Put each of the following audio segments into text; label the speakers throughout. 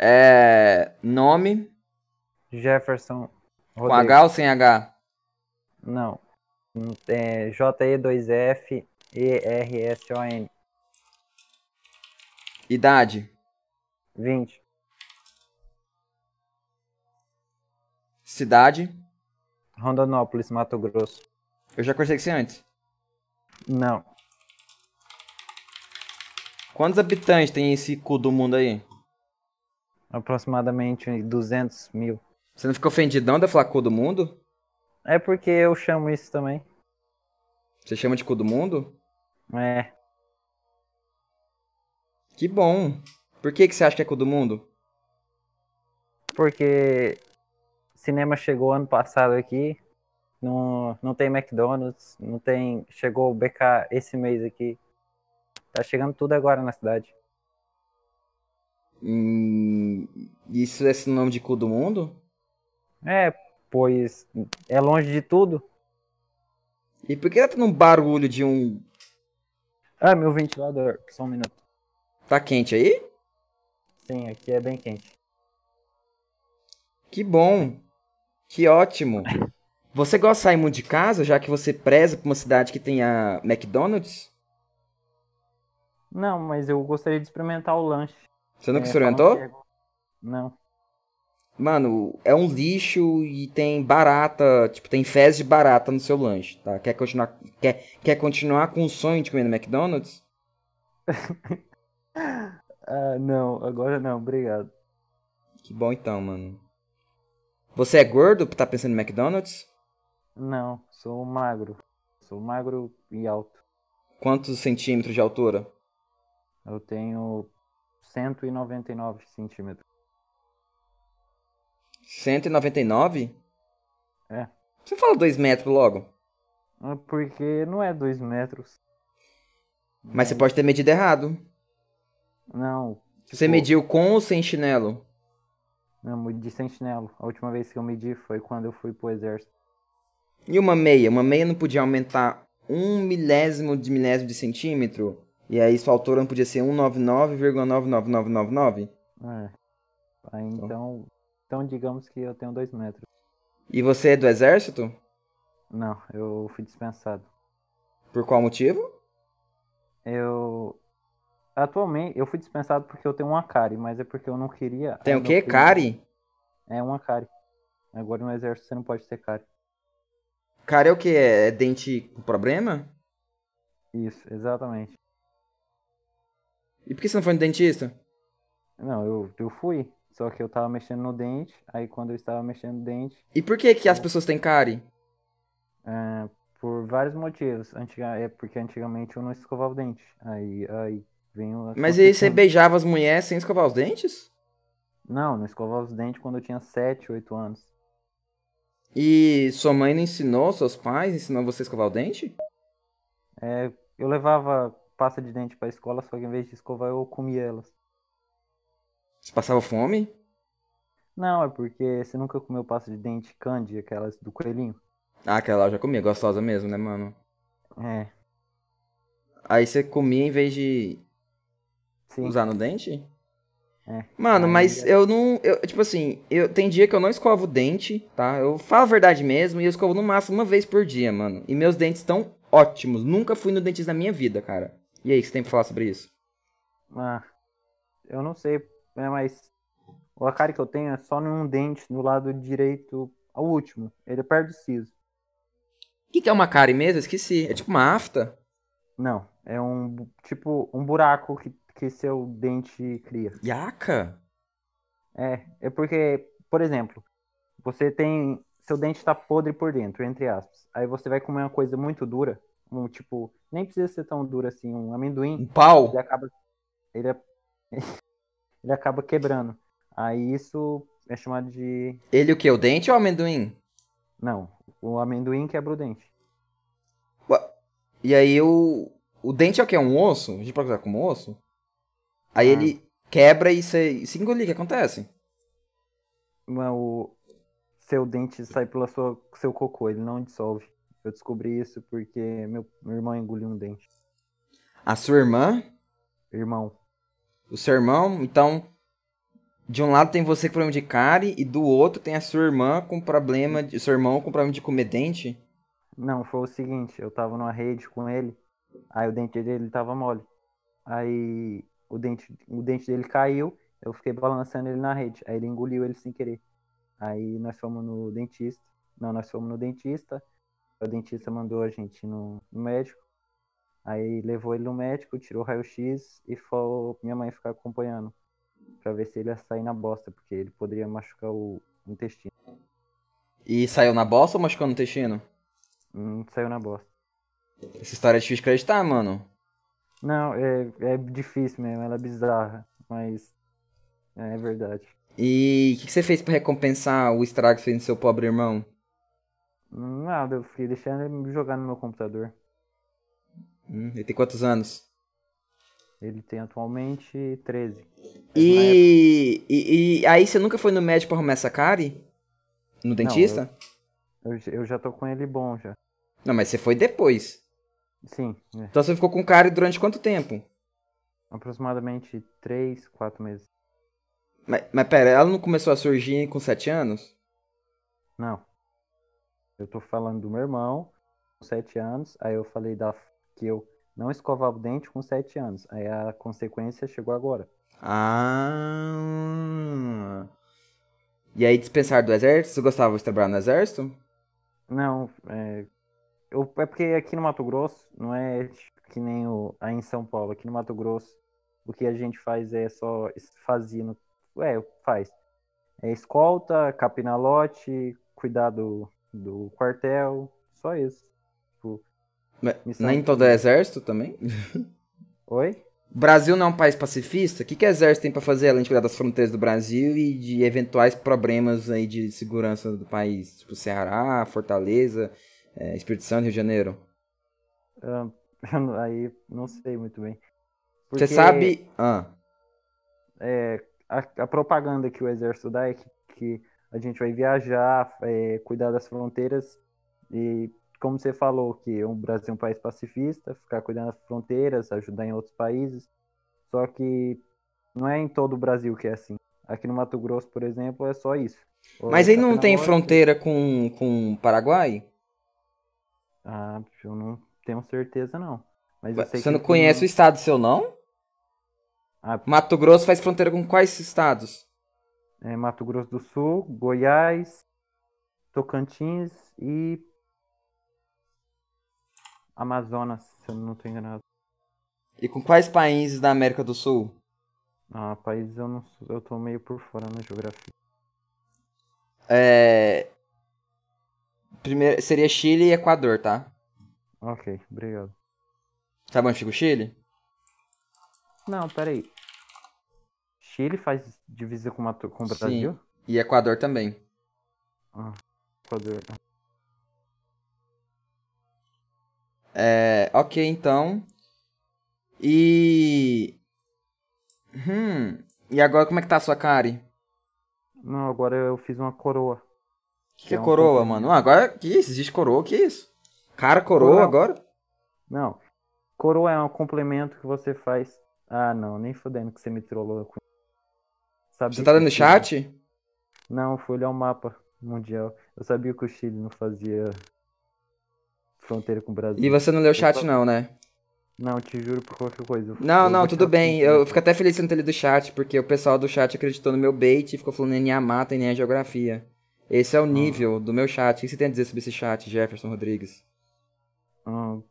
Speaker 1: É, nome,
Speaker 2: Jefferson.
Speaker 1: com H ou sem H?
Speaker 2: Não. É J-E-2-F-E-R-S-O-N.
Speaker 1: Idade,
Speaker 2: 20.
Speaker 1: cidade.
Speaker 2: Rondonópolis, Mato Grosso.
Speaker 1: Eu já conversei com você antes.
Speaker 2: Não.
Speaker 1: Quantos habitantes tem esse cu do mundo aí?
Speaker 2: Aproximadamente 200 mil.
Speaker 1: Você não fica ofendidão de falar cu do mundo?
Speaker 2: É porque eu chamo isso também.
Speaker 1: Você chama de cu do mundo?
Speaker 2: É.
Speaker 1: Que bom. Por que, que você acha que é cu do mundo?
Speaker 2: Porque cinema chegou ano passado aqui. Não, não tem McDonald's. Não tem. Chegou o BK esse mês aqui. Tá chegando tudo agora na cidade.
Speaker 1: Hum, isso é esse nome de cu do mundo?
Speaker 2: É, pois é longe de tudo.
Speaker 1: E por que tá tendo um barulho de um.
Speaker 2: Ah, meu ventilador. Só um minuto.
Speaker 1: Tá quente aí?
Speaker 2: Sim, aqui é bem quente.
Speaker 1: Que bom. Que ótimo. Você gosta de sair muito de casa, já que você preza pra uma cidade que tem a McDonald's?
Speaker 2: Não, mas eu gostaria de experimentar o lanche.
Speaker 1: Você nunca
Speaker 2: É,
Speaker 1: experimentou?
Speaker 2: só não chegou. Não.
Speaker 1: Mano, é um lixo e tem barata, tipo, tem fezes de barata no seu lanche, tá? Quer continuar, quer, quer continuar com o sonho de comer no McDonald's?
Speaker 2: Ah, não, agora não, obrigado.
Speaker 1: Que bom então, mano. Você é gordo pra tá pensando em McDonald's?
Speaker 2: Não, sou magro. Sou magro e alto.
Speaker 1: Quantos centímetros de altura?
Speaker 2: Eu tenho 199 centímetros.
Speaker 1: 199?
Speaker 2: É.
Speaker 1: Você fala 2 metros logo.
Speaker 2: É Porque não é 2 metros.
Speaker 1: Mas você pode ter medido errado.
Speaker 2: Não.
Speaker 1: Você
Speaker 2: tipo,
Speaker 1: mediu com ou sem chinelo?
Speaker 2: Não, medi sem chinelo. A última vez que eu medi foi quando eu fui pro exército.
Speaker 1: E uma meia? Uma meia não podia aumentar um milésimo de milésimo de centímetro? E aí sua altura não podia ser 199,99999?
Speaker 2: É. Aí, então, então digamos que eu tenho 2 metros.
Speaker 1: E você é do exército?
Speaker 2: Não, eu fui dispensado.
Speaker 1: Por qual motivo?
Speaker 2: Eu. Atualmente, eu fui dispensado porque eu tenho uma cárie, mas é porque eu não queria.
Speaker 1: Tem
Speaker 2: aí
Speaker 1: o
Speaker 2: meu
Speaker 1: quê?
Speaker 2: primo-
Speaker 1: Cari?
Speaker 2: É uma cárie. Agora no exército você não pode ter cárie.
Speaker 1: Cari é o quê? É dente com problema?
Speaker 2: Isso, exatamente.
Speaker 1: E por que você não foi no dentista?
Speaker 2: Não, eu, eu fui. Só que eu tava mexendo no dente. Aí quando eu estava mexendo no dente,
Speaker 1: E por que, que as pessoas têm cari?
Speaker 2: é, por vários motivos. Antiga, é porque antigamente eu não escovava o dente. Aí, aí vem o.
Speaker 1: Mas é aí você
Speaker 2: acontecendo.
Speaker 1: beijava as mulheres sem escovar os dentes?
Speaker 2: Não, não escovava os dentes quando eu tinha 7, 8 anos.
Speaker 1: E sua mãe não ensinou, seus pais ensinou você a escovar o dente?
Speaker 2: É, eu levava pasta de dente pra escola, só que em vez de escovar eu comia elas.
Speaker 1: Você passava fome?
Speaker 2: Não, é porque você nunca comeu pasta de dente candy, aquelas do coelhinho?
Speaker 1: Ah, aquela lá eu já comia, gostosa mesmo, né, mano?
Speaker 2: É,
Speaker 1: Aí você comia em vez de
Speaker 2: sim.
Speaker 1: usar no dente?
Speaker 2: É.
Speaker 1: Mano,
Speaker 2: Aí-
Speaker 1: mas eu não. Eu, tipo assim, eu, tem dia que eu não escovo o dente, tá? Eu falo a verdade mesmo e eu escovo no máximo uma vez por dia, mano. E meus dentes estão ótimos. Nunca fui no dentista na minha vida, cara. E aí, o que você tem pra falar sobre isso?
Speaker 2: Ah, eu não sei, né, mas o acari que eu tenho é só num dente do lado direito, ao último. Ele é perto do siso.
Speaker 1: O que, que é uma cárie mesmo? Eu Esqueci. É tipo uma afta?
Speaker 2: Não, é um bu- tipo um buraco que, que seu dente cria.
Speaker 1: Yaca?
Speaker 2: É, é porque, por exemplo, você tem. Seu dente tá podre por dentro, entre aspas. Aí você vai comer uma coisa muito dura, um tipo, nem precisa ser tão dura assim, um amendoim.
Speaker 1: Um pau?
Speaker 2: ele acaba ele, ele acaba quebrando. Aí isso é chamado de
Speaker 1: Ele o quê? O dente ou o amendoim?
Speaker 2: não, o amendoim quebra o dente.
Speaker 1: E aí o. O dente é o quê? É um osso? A gente pode usar como osso? Aí
Speaker 2: Ah.
Speaker 1: ele quebra e você. Se engolir, o que acontece?
Speaker 2: Mas O seu dente sai pela sua seu cocô, ele não dissolve. Eu descobri isso porque meu, meu irmão engoliu um dente.
Speaker 1: A sua irmã,
Speaker 2: Irmão,
Speaker 1: o seu irmão, então. De um lado tem você com problema de cárie e do outro tem a sua irmã com problema, de, seu irmão com problema de comer dente.
Speaker 2: Não, foi o seguinte, eu tava numa rede com ele, aí o dente dele tava mole. Aí o dente, o dente dele caiu, eu fiquei balançando ele na rede. Aí ele engoliu ele sem querer. Aí nós fomos no dentista. Não, nós fomos no dentista. O dentista mandou a gente no, no médico. Aí levou ele no médico, tirou o raio-x e falou minha mãe ficar acompanhando. Pra ver se ele ia sair na bosta, porque ele poderia machucar o intestino.
Speaker 1: E saiu na bosta ou machucou no intestino?
Speaker 2: Hum, saiu na bosta.
Speaker 1: Essa história é difícil de acreditar, mano.
Speaker 2: Não, é, é difícil mesmo, ela é bizarra, mas é, é verdade.
Speaker 1: E o que, que você fez pra recompensar o estrago que fez no seu pobre irmão?
Speaker 2: Nada, eu fiquei deixando ele jogar no meu computador.
Speaker 1: Hum, ele tem quantos anos?
Speaker 2: Ele tem atualmente 13.
Speaker 1: E, e, e aí você nunca foi no médico pra arrumar essa cárie? No dentista?
Speaker 2: Eu, eu já tô com ele bom já.
Speaker 1: Não, mas você foi depois.
Speaker 2: Sim, é.
Speaker 1: Então você ficou com cárie durante quanto tempo?
Speaker 2: aproximadamente 3, 4 meses.
Speaker 1: Mas, mas pera, ela não começou a surgir com 7 anos?
Speaker 2: Não. Eu tô falando do meu irmão, com 7 anos. Aí eu falei da, que eu não escovava o dente com 7 anos. Aí a consequência chegou agora.
Speaker 1: Ah. E aí dispensar do exército? Você gostava de trabalhar no exército?
Speaker 2: Não, é, eu, é porque aqui no Mato Grosso não é tipo, que nem o, aí em São Paulo. Aqui no Mato Grosso, o que a gente faz é só fazendo. É, faz. É escolta, capinalote, cuidar do, do quartel, só isso. Tipo,
Speaker 1: Mas
Speaker 2: missão-
Speaker 1: Nem todo é exército também?
Speaker 2: Oi?
Speaker 1: Brasil não é um país pacifista? O que, que o exército tem pra fazer além de cuidar das fronteiras do Brasil e de eventuais problemas aí de segurança do país? Tipo Ceará, Fortaleza, eh, Espírito Santo, Rio de Janeiro.
Speaker 2: Ah, eu não- aí não sei muito bem. Porque
Speaker 1: Você sabe. Ah,
Speaker 2: é, a, a propaganda que o exército dá é que, que a gente vai viajar, é, cuidar das fronteiras e, como você falou, que o Brasil é um país pacifista, ficar cuidando das fronteiras, ajudar em outros países. Só que não é em todo o Brasil que é assim. Aqui no Mato Grosso, por exemplo, é só isso. Ou
Speaker 1: mas
Speaker 2: é
Speaker 1: aí não tem
Speaker 2: capinamóvel-
Speaker 1: fronteira com, com o Paraguai?
Speaker 2: Ah, eu não tenho certeza, não. Mas eu sei
Speaker 1: Você
Speaker 2: que
Speaker 1: não
Speaker 2: aqui
Speaker 1: conhece o estado seu, não?
Speaker 2: Ah.
Speaker 1: Mato Grosso faz fronteira com quais estados?
Speaker 2: é, Mato Grosso do Sul, Goiás, Tocantins e Amazonas, se eu não estou enganado.
Speaker 1: E com quais países da América do Sul?
Speaker 2: Ah, países eu não sou- eu tô meio por fora na geografia.
Speaker 1: É. Primeiro, seria Chile e Equador, tá?
Speaker 2: Ok, obrigado.
Speaker 1: Sabe onde fica o Chile?
Speaker 2: Não, peraí. Chile faz divisa com, Mato, com o Brasil?
Speaker 1: E Equador também.
Speaker 2: Equador.
Speaker 1: É, ok, então. E. Hum. E agora como é que tá a sua cárie?
Speaker 2: Não, agora eu fiz uma coroa.
Speaker 1: Que
Speaker 2: é um
Speaker 1: coroa,
Speaker 2: comprimento.
Speaker 1: mano? Ah, agora que isso? Existe coroa? Que isso? Cara, coroa
Speaker 2: Coroa.
Speaker 1: agora?
Speaker 2: Não, coroa é um complemento que você faz. Ah, não, nem fudendo que você me trollou. com- Sabia
Speaker 1: Você tá
Speaker 2: que
Speaker 1: dando
Speaker 2: o
Speaker 1: no
Speaker 2: Chile-
Speaker 1: chat?
Speaker 2: Não, fui olhar o mapa mundial. Eu sabia que o Chile não fazia fronteira com o Brasil.
Speaker 1: E você não leu o chat, não, né?
Speaker 2: Não, te juro por qualquer coisa. Eu-
Speaker 1: Não,
Speaker 2: eu
Speaker 1: não,
Speaker 2: vou né?
Speaker 1: tudo
Speaker 2: tirar
Speaker 1: bem.
Speaker 2: print.
Speaker 1: Eu fico até feliz de não ter lido o chat, porque o pessoal do chat acreditou no meu bait e ficou falando nem a mata e nem a geografia. Esse
Speaker 2: Ah.
Speaker 1: é o nível do meu chat. O que você tem a dizer sobre esse chat, Jefferson Rodrigues?
Speaker 2: Hum,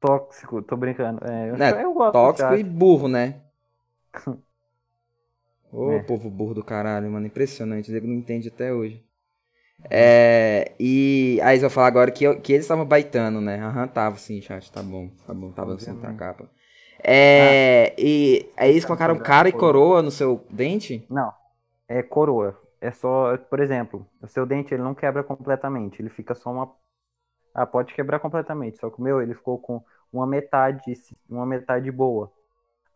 Speaker 2: tóxico, tô brincando. É, eu,
Speaker 1: Né,
Speaker 2: eu gosto do
Speaker 1: Tóxico
Speaker 2: chat.
Speaker 1: e burro, né? Ô,
Speaker 2: É.
Speaker 1: povo burro do caralho, mano. Impressionante. O nego não entende até hoje. É. E. Aí, eu falar agora que, eu- que eles estavam baitando, né? Aham, tava sim, chat. Tá bom, tá bom. Tava assim na
Speaker 2: Obviamente.
Speaker 1: capa. É. e. Aí eles colocaram
Speaker 2: né? Ah, Tá,
Speaker 1: cara e
Speaker 2: foi.
Speaker 1: coroa no seu dente?
Speaker 2: Não, é coroa. É só, por exemplo, o seu dente ele não quebra completamente, ele fica só uma. Ah, pode quebrar completamente, só que o meu ele ficou com uma metade, uma metade boa.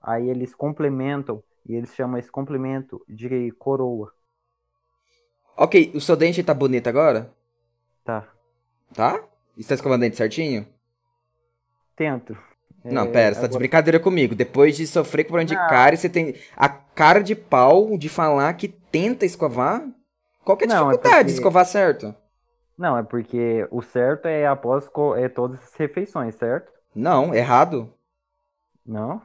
Speaker 2: Aí eles complementam e eles chamam esse complemento de coroa,
Speaker 1: Ok, o seu dente tá bonito agora?
Speaker 2: tá?
Speaker 1: Tá? E você tá escovando o dente certinho?
Speaker 2: Tento. É,
Speaker 1: Não, pera, você tá de brincadeira comigo. Depois de sofrer com problema
Speaker 2: Ah.
Speaker 1: de cárie, você tem a cara de pau de falar que tenta escovar? Qual que é a
Speaker 2: Não, é
Speaker 1: dificuldade de
Speaker 2: porque-
Speaker 1: escovar certo?
Speaker 2: Não, é porque o certo é após co- é todas as refeições, certo?
Speaker 1: Não, errado.
Speaker 2: Não?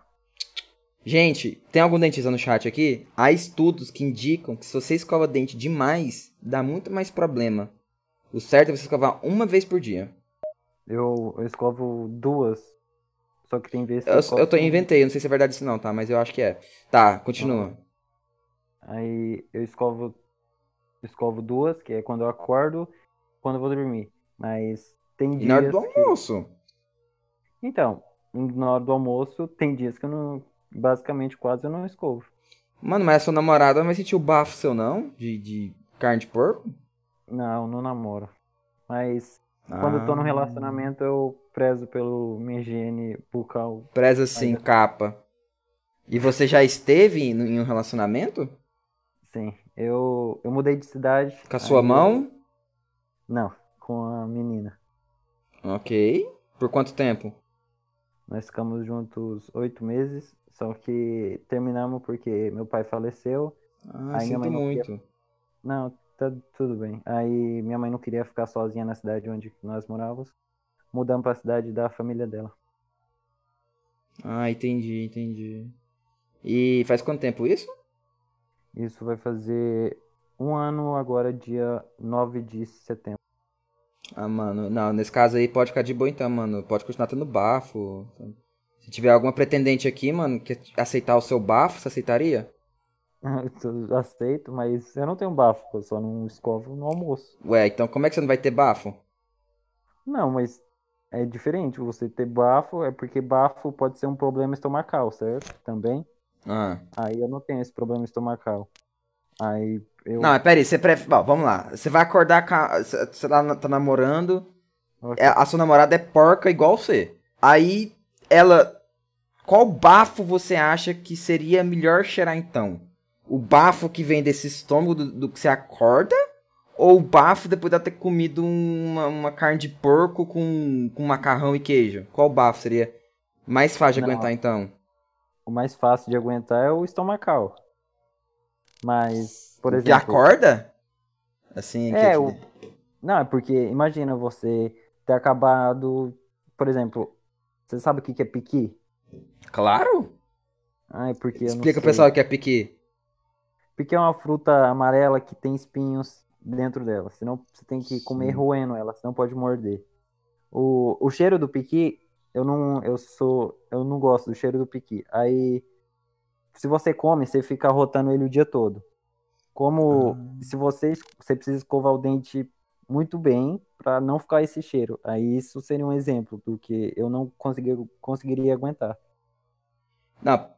Speaker 1: Gente, tem algum dentista no chat aqui? Há estudos que indicam que se você escova dente demais, dá muito mais problema. O certo é você escovar uma vez por dia.
Speaker 2: Eu, eu escovo duas. Só que tem vezes que
Speaker 1: Eu, eu tô,
Speaker 2: escovo-
Speaker 1: inventei, eu não sei se é verdade isso não, tá? Mas eu acho que é. Tá, continua.
Speaker 2: Aí eu escovo, escovo duas, que é quando eu acordo, quando eu vou dormir. Mas tem
Speaker 1: E na hora
Speaker 2: dias
Speaker 1: do
Speaker 2: que...
Speaker 1: almoço.
Speaker 2: Então, na hora do almoço, tem dias que eu não... Basicamente, quase eu não escovo.
Speaker 1: Mano, mas a sua namorada não vai sentir o bafo seu não? De, de carne de porco?
Speaker 2: Não, não namoro. Mas quando eu tô num
Speaker 1: Ah.
Speaker 2: relacionamento, eu prezo pelo minha higiene bucal.
Speaker 1: Preza sim,
Speaker 2: Olha.
Speaker 1: capa. E você já esteve em em um relacionamento?
Speaker 2: Sim, eu, eu mudei de cidade.
Speaker 1: Com a sua
Speaker 2: aí eu-
Speaker 1: mão?
Speaker 2: Não, com a menina.
Speaker 1: Ok. Por quanto tempo?
Speaker 2: Nós ficamos juntos oito meses, só que terminamos porque meu pai faleceu.
Speaker 1: Ah,
Speaker 2: Ai, minha
Speaker 1: sinto
Speaker 2: mãe não
Speaker 1: muito.
Speaker 2: Não, tá tudo bem. Aí minha mãe não queria ficar sozinha na cidade onde nós morávamos. Mudamos pra cidade da família dela.
Speaker 1: Ah, entendi, entendi. E faz quanto tempo isso?
Speaker 2: Isso vai fazer um ano agora, dia 9 de setembro.
Speaker 1: Ah, mano, não, nesse caso aí pode ficar de boa então, mano. Pode continuar tendo bafo. Se tiver alguma pretendente aqui, mano, que aceitar o seu bafo, você aceitaria?
Speaker 2: Eu aceito, mas eu não tenho bafo, eu só não escovo no almoço.
Speaker 1: Ué, então como é que você não vai ter bafo?
Speaker 2: Não, mas é diferente. Você ter bafo é porque bafo pode ser um problema estomacal, certo? Também.
Speaker 1: Ah.
Speaker 2: Aí eu não tenho esse problema estomacal. Aí eu.
Speaker 1: Não, mas peraí, você prefere. Bom, vamos lá. Você vai acordar com. a- Você você tá, tá namorando.
Speaker 2: Ok.
Speaker 1: É, A sua namorada é porca igual você. Aí, ela. Qual bafo você acha que seria melhor cheirar então? O bafo que vem desse estômago do, do que você acorda? Ou o bafo depois de ela ter comido uma, uma carne de porco com, com macarrão e queijo? Qual bafo seria mais fácil de
Speaker 2: Não.
Speaker 1: aguentar então?
Speaker 2: O mais fácil de aguentar é o estomacal. Mas, por
Speaker 1: O que
Speaker 2: exemplo.
Speaker 1: acorda? Assim, que-
Speaker 2: É, o... Não, é porque imagina você ter acabado. Por exemplo, você sabe o que que é piqui?
Speaker 1: Claro!
Speaker 2: Ah, é porque eu não
Speaker 1: Explica pro
Speaker 2: sei.
Speaker 1: pessoal o que é piqui.
Speaker 2: Piqui é uma fruta amarela que tem espinhos dentro dela. Senão você tem que comer
Speaker 1: Sim.
Speaker 2: roendo ela, senão pode morder. O, o cheiro do piqui, eu não, eu sou, eu não gosto do cheiro do piqui. Aí, se você come, você fica rotando ele o dia todo. Como
Speaker 1: Ah.
Speaker 2: se você, es- você precisa escovar o dente muito bem para não ficar esse cheiro. Aí isso seria um exemplo do que eu não consegui, conseguiria aguentar.
Speaker 1: Não.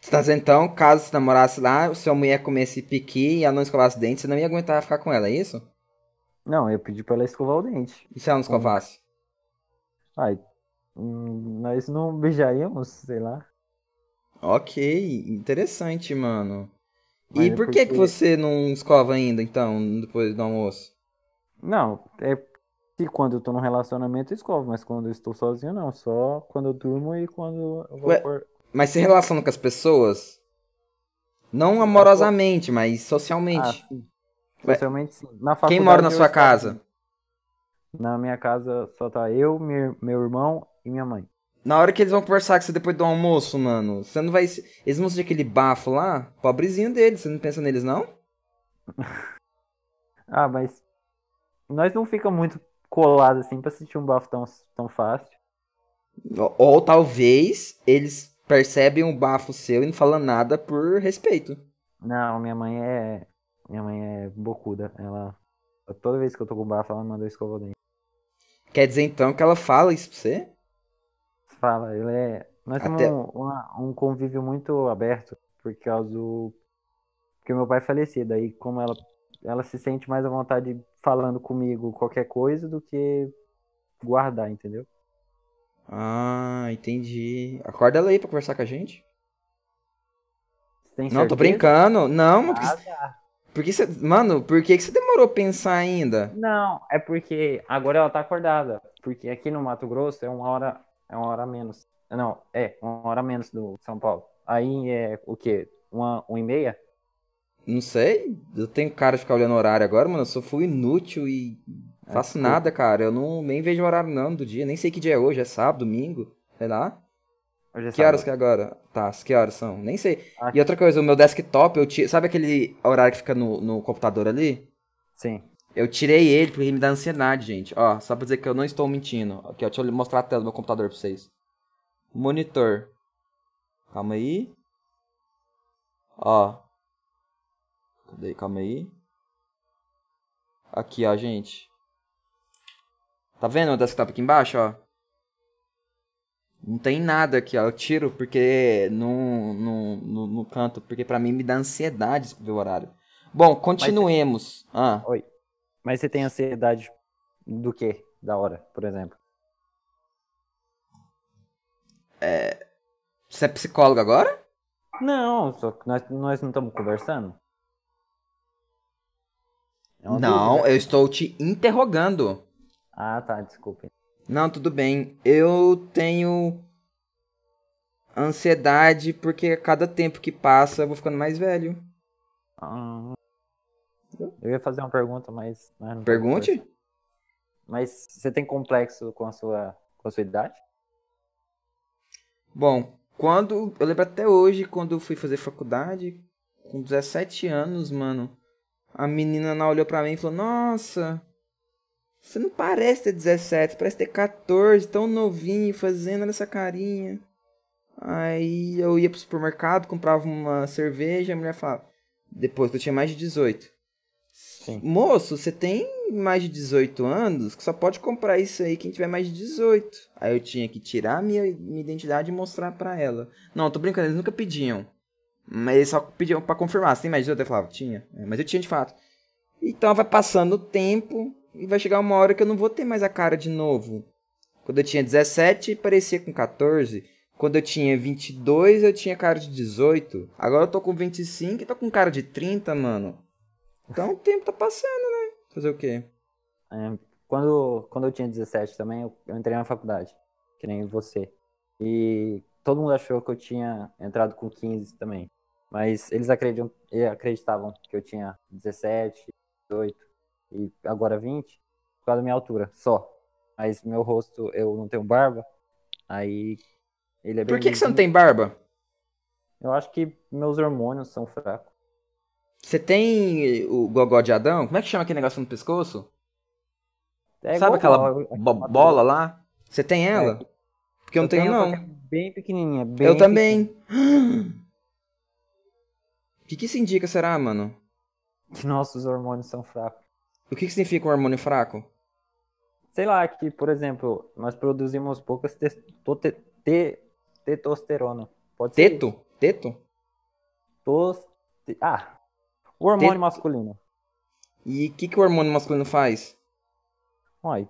Speaker 1: Você tá dizendo então, caso você namorasse lá, sua mulher comesse piqui e ela não escovasse dente, você não ia aguentar ficar com ela, é isso?
Speaker 2: Não, eu pedi para ela escovar o dente.
Speaker 1: E se ela não escovasse?
Speaker 2: Ai, hum, nós não beijaríamos, sei lá.
Speaker 1: Ok, interessante, mano.
Speaker 2: Mas
Speaker 1: e
Speaker 2: é
Speaker 1: por que, que
Speaker 2: porque-
Speaker 1: você não escova ainda, então, depois do almoço?
Speaker 2: Não, é que quando eu tô num relacionamento eu escovo, mas quando eu estou sozinho não, só quando eu durmo e quando eu vou
Speaker 1: Ué.
Speaker 2: por...
Speaker 1: Mas se relaciona com as pessoas? Não amorosamente, mas
Speaker 2: Ah,
Speaker 1: socialmente.
Speaker 2: sim.
Speaker 1: Ué.
Speaker 2: Socialmente sim. Na
Speaker 1: Quem
Speaker 2: faculdade
Speaker 1: mora na
Speaker 2: eu
Speaker 1: sua
Speaker 2: escovo.
Speaker 1: casa?
Speaker 2: Na minha casa só tá eu, meu, meu irmão e minha mãe.
Speaker 1: Na hora que eles vão conversar com você depois do almoço, mano, você não vai. Eles vão sentir aquele bafo lá? Pobrezinho deles, você não pensa neles, não?
Speaker 2: Ah, mas nós não fica muito colado assim pra sentir um bafo tão, tão fácil.
Speaker 1: Ou, ou talvez eles percebem o bafo seu e não falam nada por respeito.
Speaker 2: Não, minha mãe é minha mãe é bocuda, ela toda vez que eu tô com bafo ela manda eu escovar o dente.
Speaker 1: Quer dizer então que ela fala isso pra você?
Speaker 2: Fala, ele é. Nós temos
Speaker 1: Até-
Speaker 2: um, uma- um convívio muito aberto, por causa do. Porque meu pai é falecido, aí como ela, ela se sente mais à vontade falando comigo qualquer coisa do que guardar, entendeu?
Speaker 1: Ah, entendi. Acorda ela aí pra conversar com a gente.
Speaker 2: Você tem
Speaker 1: Não, tô
Speaker 2: certeza?
Speaker 1: brincando. Não, mano,
Speaker 2: Ah,
Speaker 1: porque,
Speaker 2: tá.
Speaker 1: porque você. Mano, por que, que você demorou a pensar ainda?
Speaker 2: Não, é porque agora ela tá acordada. Porque aqui no Mato Grosso é uma hora, é uma hora a menos. Não, é, uma hora menos do São Paulo. Aí é o quê? Uma, uma e meia?
Speaker 1: Não sei. Eu tenho cara de ficar olhando o horário agora, mano. Eu só fui inútil e É, faço
Speaker 2: que-
Speaker 1: nada, cara. Eu não nem vejo o horário não do dia. Nem sei que dia é hoje. É sábado, domingo? Sei lá.
Speaker 2: Hoje é
Speaker 1: Que horas que
Speaker 2: sábado.
Speaker 1: é agora? Tá, as que horas são? Nem sei.
Speaker 2: Ah,
Speaker 1: E outra coisa, o meu desktop, eu ti... sabe aquele horário que fica no, no computador ali?
Speaker 2: Sim.
Speaker 1: Eu tirei ele porque me dá ansiedade, gente. Ó, só pra dizer que eu não estou mentindo. Aqui, ó, deixa eu mostrar a tela do meu computador pra vocês. Monitor. Calma aí. Ó. Cadê? Calma aí. Aqui, ó, gente. Tá vendo o desktop aqui embaixo, ó? Não tem nada aqui, ó. Eu tiro porque não, não, não, não canto, porque pra mim me dá ansiedade ver o horário. Bom, continuemos. Ah.
Speaker 2: Mas você tem ansiedade do quê? Da hora, por exemplo.
Speaker 1: Você é psicólogo agora?
Speaker 2: Não, só que nós, nós não estamos conversando. É uma
Speaker 1: não,
Speaker 2: dúvida.
Speaker 1: eu estou te interrogando.
Speaker 2: Ah, tá, desculpa.
Speaker 1: Não, tudo bem. Eu tenho ansiedade porque a cada tempo que passa eu vou ficando mais velho.
Speaker 2: Ah, eu ia fazer uma pergunta, mas. nós não tamo
Speaker 1: Pergunte?
Speaker 2: conversando. Mas você tem complexo com a sua, com a sua idade?
Speaker 1: Bom, quando. Eu lembro até hoje, quando eu fui fazer faculdade, com 17 anos, mano. A menina lá olhou pra mim e falou: Nossa, você não parece ter 17, você parece ter 14, tão novinho, fazendo olha essa carinha. Aí eu ia pro supermercado, comprava uma cerveja, a mulher falava: Depois que eu tinha mais de 18.
Speaker 2: Sim.
Speaker 1: Moço, você tem mais de 18 anos, que só pode comprar isso aí quem tiver mais de 18. Aí eu tinha que tirar a minha, minha identidade e mostrar pra ela. Não, tô brincando, eles nunca pediam. Mas eles só pediam pra confirmar, você tem mais de 18? Eu falava, tinha. É, mas eu tinha de fato. Então vai passando o tempo e vai chegar uma hora que eu não vou ter mais a cara de novo. Quando eu tinha 17, parecia com 14. Quando eu tinha 22, eu tinha cara de 18. Agora eu tô com 25 e tô com cara de 30, mano. Então o tempo tá passando, né? Fazer o quê?
Speaker 2: É, Quando, quando eu tinha 17 também, eu, eu entrei na faculdade, que nem você. E todo mundo achou que eu tinha entrado com 15 também. Mas eles acreditam, eh, acreditavam que eu tinha 17, 18 e agora 20, por causa da minha altura, só. Mas meu rosto, eu não tenho barba, aí ele é bem
Speaker 1: Por que, que você não
Speaker 2: lisinho.
Speaker 1: tem barba?
Speaker 2: Eu acho que meus hormônios são fracos.
Speaker 1: Você tem o gogó de Adão? Como é que chama aquele negócio no pescoço?
Speaker 2: É
Speaker 1: Sabe
Speaker 2: igual
Speaker 1: aquela
Speaker 2: bola, eu-
Speaker 1: bo- bola lá? Você tem ela? Porque É. eu não tenho,
Speaker 2: só
Speaker 1: não.
Speaker 2: que é bem pequenininha, bem
Speaker 1: Eu também. O que, que isso indica, será, mano?
Speaker 2: pequenininha, que nossos hormônios são fracos.
Speaker 1: O que, que significa um hormônio fraco?
Speaker 2: Sei lá, que, por exemplo, nós produzimos poucas tes- to- te- te- testosterona. Pode ser isso?
Speaker 1: Teto? Teto?
Speaker 2: Tos- te- Ah, o hormônio
Speaker 1: Te-
Speaker 2: masculino.
Speaker 1: E o que, que o hormônio masculino faz?
Speaker 2: Olha,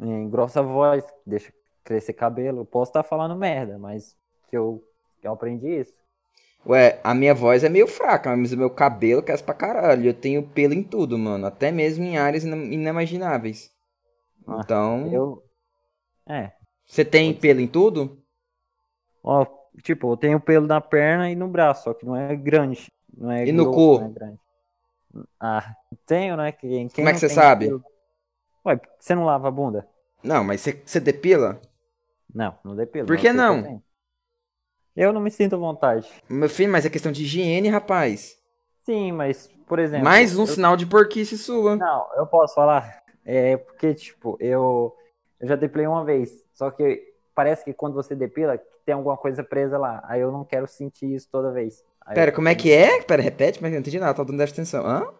Speaker 2: engrossa a voz, deixa crescer cabelo. Eu Posso estar falando merda, mas que eu, que eu aprendi isso.
Speaker 1: Ué, a minha voz é meio fraca, mas o meu cabelo cresce pra caralho. Eu tenho pelo em tudo, mano. Até mesmo em áreas ina- inimagináveis.
Speaker 2: Ah,
Speaker 1: Então.
Speaker 2: Eu... É,
Speaker 1: Você tem
Speaker 2: Pode
Speaker 1: pelo em tudo?
Speaker 2: ó, tipo, eu tenho pelo na perna e no braço, só que não é grande. Não é
Speaker 1: E no
Speaker 2: grosso,
Speaker 1: cu?
Speaker 2: não é grande. Ah, tenho, né? Quem, quem
Speaker 1: Como é que
Speaker 2: não
Speaker 1: você
Speaker 2: tem
Speaker 1: sabe?
Speaker 2: pelo? Ué, você não lava a bunda?
Speaker 1: Não, mas você- você depila?
Speaker 2: Não, não depilo.
Speaker 1: Por que
Speaker 2: eu sei
Speaker 1: não?
Speaker 2: eu tenho. Eu não me sinto à vontade.
Speaker 1: Meu filho, mas é questão de higiene, rapaz.
Speaker 2: Sim, mas, por exemplo.
Speaker 1: Mais um
Speaker 2: eu-
Speaker 1: sinal de porquice sua.
Speaker 2: Não, eu posso falar. É porque, tipo, eu, eu já depilei uma vez. Só que parece que quando você depila, tem alguma coisa presa lá. Aí eu não quero sentir isso toda vez. Aí
Speaker 1: Pera,
Speaker 2: eu-
Speaker 1: como é que é? Pera, repete, mas eu não entendi nada, tá dando déficit de atenção. Hã?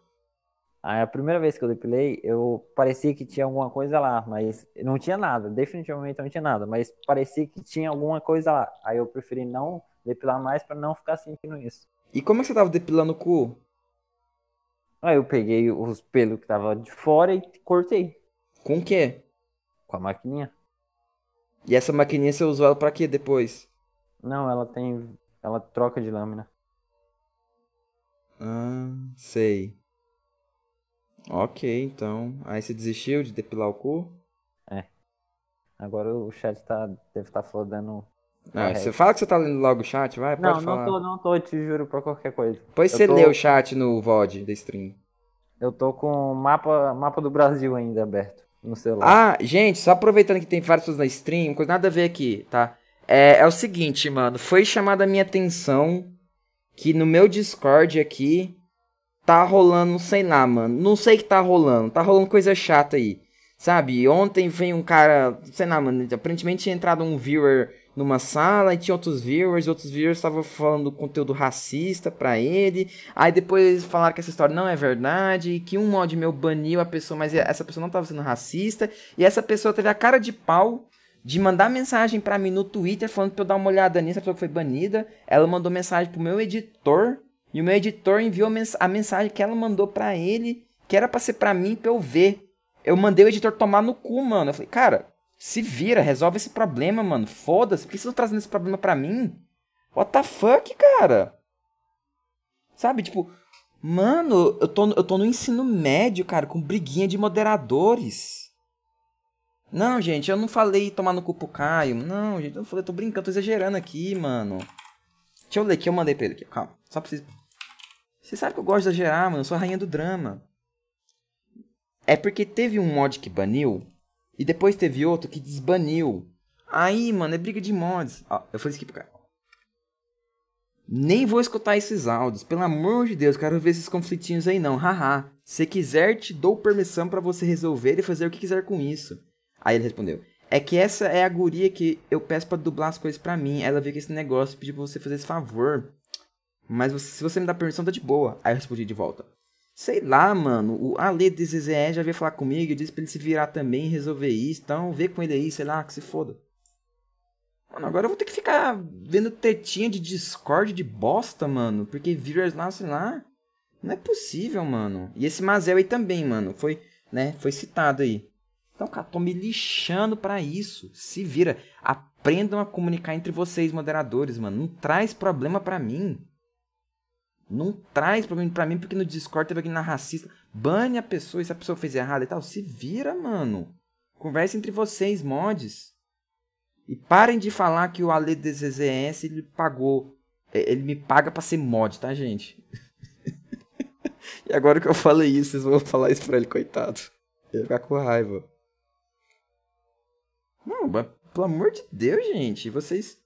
Speaker 2: Aí a primeira vez que eu depilei, eu parecia que tinha alguma coisa lá, mas não tinha nada. Definitivamente não tinha nada, mas parecia que tinha alguma coisa lá. Aí eu preferi não depilar mais pra não ficar sentindo isso.
Speaker 1: E como é que você tava depilando o cu?
Speaker 2: Aí eu peguei os pelos que tava de fora e cortei
Speaker 1: Com o quê?
Speaker 2: com a maquininha.
Speaker 1: E essa maquininha você usou ela pra quê depois?
Speaker 2: Não, ela tem. Ela troca de lâmina.
Speaker 1: Ah, sei. Ok, então. Aí você desistiu de depilar o cu?
Speaker 2: Agora o chat tá, deve estar flodando
Speaker 1: Ah,
Speaker 2: Correto.
Speaker 1: você fala que você tá lendo logo o chat, vai,
Speaker 2: Não,
Speaker 1: pode falar.
Speaker 2: não tô, não tô, te juro por qualquer coisa.
Speaker 1: Depois
Speaker 2: Eu
Speaker 1: você
Speaker 2: tô-
Speaker 1: lê o chat no VOD da stream.
Speaker 2: Eu tô com o mapa, mapa do Brasil ainda aberto no celular.
Speaker 1: Ah, gente, só aproveitando que tem várias pessoas na stream, coisa nada a ver aqui, tá? É, é o seguinte, mano, foi chamada a minha atenção que no meu Discord aqui tá rolando, sei lá, mano, não sei o que tá rolando, tá rolando coisa chata aí. Sabe, ontem veio um cara, sei lá, mano, aparentemente tinha entrado um viewer numa sala e tinha outros viewers, e outros viewers estavam falando conteúdo racista pra ele. Aí depois falaram que essa história não é verdade, e que um mod meu baniu a pessoa, mas essa pessoa não tava sendo racista. E essa pessoa teve a cara de pau de mandar mensagem pra mim no Twitter falando pra eu dar uma olhada nisso, a pessoa que foi banida. Ela mandou mensagem pro meu editor, e o meu editor enviou mens- a mensagem que ela mandou pra ele, que era pra ser pra mim, pra eu ver. Eu mandei o editor tomar no cu, mano. Eu falei, cara, se vira, resolve esse problema, mano. Foda-se, por que vocês estão trazendo esse problema pra mim? What the fuck, cara? Sabe, tipo, mano, eu tô, no- eu tô no ensino médio, cara, com briguinha de moderadores. Não, gente, eu não falei tomar no cu pro Caio. Não, gente, eu não falei, eu tô brincando, tô exagerando aqui, mano. Deixa eu ler aqui, eu mandei pra ele aqui, calma. Só pra vocês. Você sabe que eu gosto de exagerar, mano, eu sou a rainha do drama. É porque teve um mod que baniu, e depois teve outro que desbaniu. Aí, mano, é briga de mods. Ó, eu falei isso aqui pro cara. Nem vou escutar esses áudios. Pelo amor de Deus, quero ver esses conflitinhos aí não. Haha. Se quiser, te dou permissão pra você resolver e fazer o que quiser com isso. Aí ele respondeu: É que essa é a guria que eu peço pra dublar as coisas pra mim. Ela veio com esse negócio e pediu pra você fazer esse favor. Mas você- se você me dá permissão, tá de boa. Aí eu respondi de volta. Sei lá, mano. O Ale de ZZE já veio falar comigo e disse pra ele se virar também e resolver isso. Então vê com ele aí, sei lá, que se foda. Mano, agora eu vou ter que ficar vendo tetinha de Discord de bosta, mano. Porque viewers lá, sei lá. Não é possível, mano. E esse Mazel aí também, mano. Foi, né? Foi citado aí. Então, cara, tô me lixando pra isso. Se vira. Aprendam a comunicar entre vocês, moderadores, mano. Não traz problema pra mim. Não traz problema pra mim, porque no Discord teve alguém na racista. Bane a pessoa, e se a pessoa fez errado e tal, se vira, mano. Conversa entre vocês, mods. E parem de falar que o Ale DZZS ele pagou. é, Ele me paga pra ser mod, tá, gente? e agora que eu falei isso, vocês vão falar isso pra ele, coitado. Ele vai ficar com raiva. Não, mas, pelo amor de Deus, gente, vocês.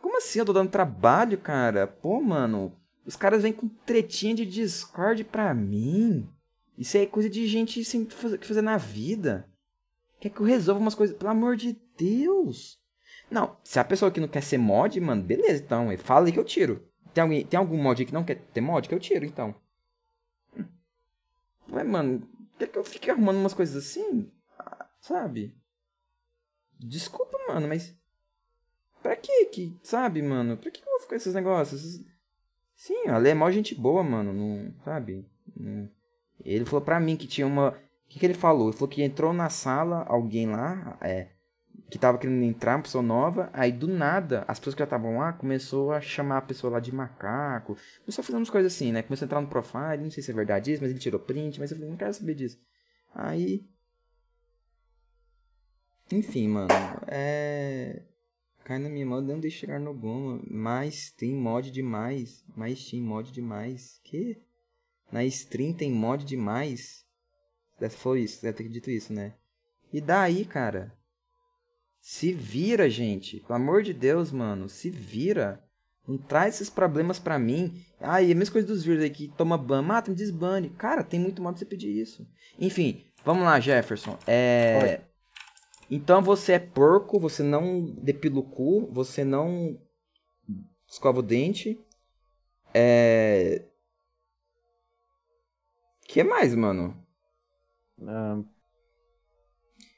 Speaker 1: Como assim eu tô dando trabalho, cara? Pô, mano, os caras vêm com tretinha de Discord pra mim. Isso aí é coisa de gente sem fazer, que fazer na vida. Quer que eu resolva umas coisas? Pelo amor de Deus. Não, se a pessoa que não quer ser mod, mano, beleza, então. Fala aí que eu tiro. Tem, alguém, tem algum mod aí que não quer ter mod? Que eu tiro, então. Hum. Ué, mano, quer que eu fique arrumando umas coisas assim? Ah, Sabe? Desculpa, mano, mas... Pra que que, sabe, mano? Pra que que eu vou ficar com esses negócios? Esses- Sim, o Ale é mó gente boa, mano. Não, sabe? Não- Ele falou pra mim que tinha uma. O que, que ele falou? Ele falou que entrou na sala alguém lá, é, que tava querendo entrar, uma pessoa nova, aí do nada, as pessoas que já estavam lá começou a chamar a pessoa lá de macaco. Começou a fazer umas coisas assim, né? Começou a entrar no profile, não sei se é verdade isso, mas ele tirou print, mas eu falei, não quero saber disso. Aí. Enfim, mano. É. Cai na minha mão, não deixe chegar no Goma. Mas tem mod demais. Mas tem mod demais. Que? Na stream tem mod demais. Deve foi isso, deve ter dito isso, né? E daí, cara? Se vira, gente. Pelo amor de Deus, mano. Se vira. Não traz esses problemas pra mim. Ah, e a mesma coisa dos vírus aí que toma ban. Mata, me desbane. Cara, tem muito modo de você pedir isso. Enfim, vamos lá, Jefferson. É. Então você é porco, você não depila o cu, você não escova o dente. É. Que mais, mano?
Speaker 2: Ah,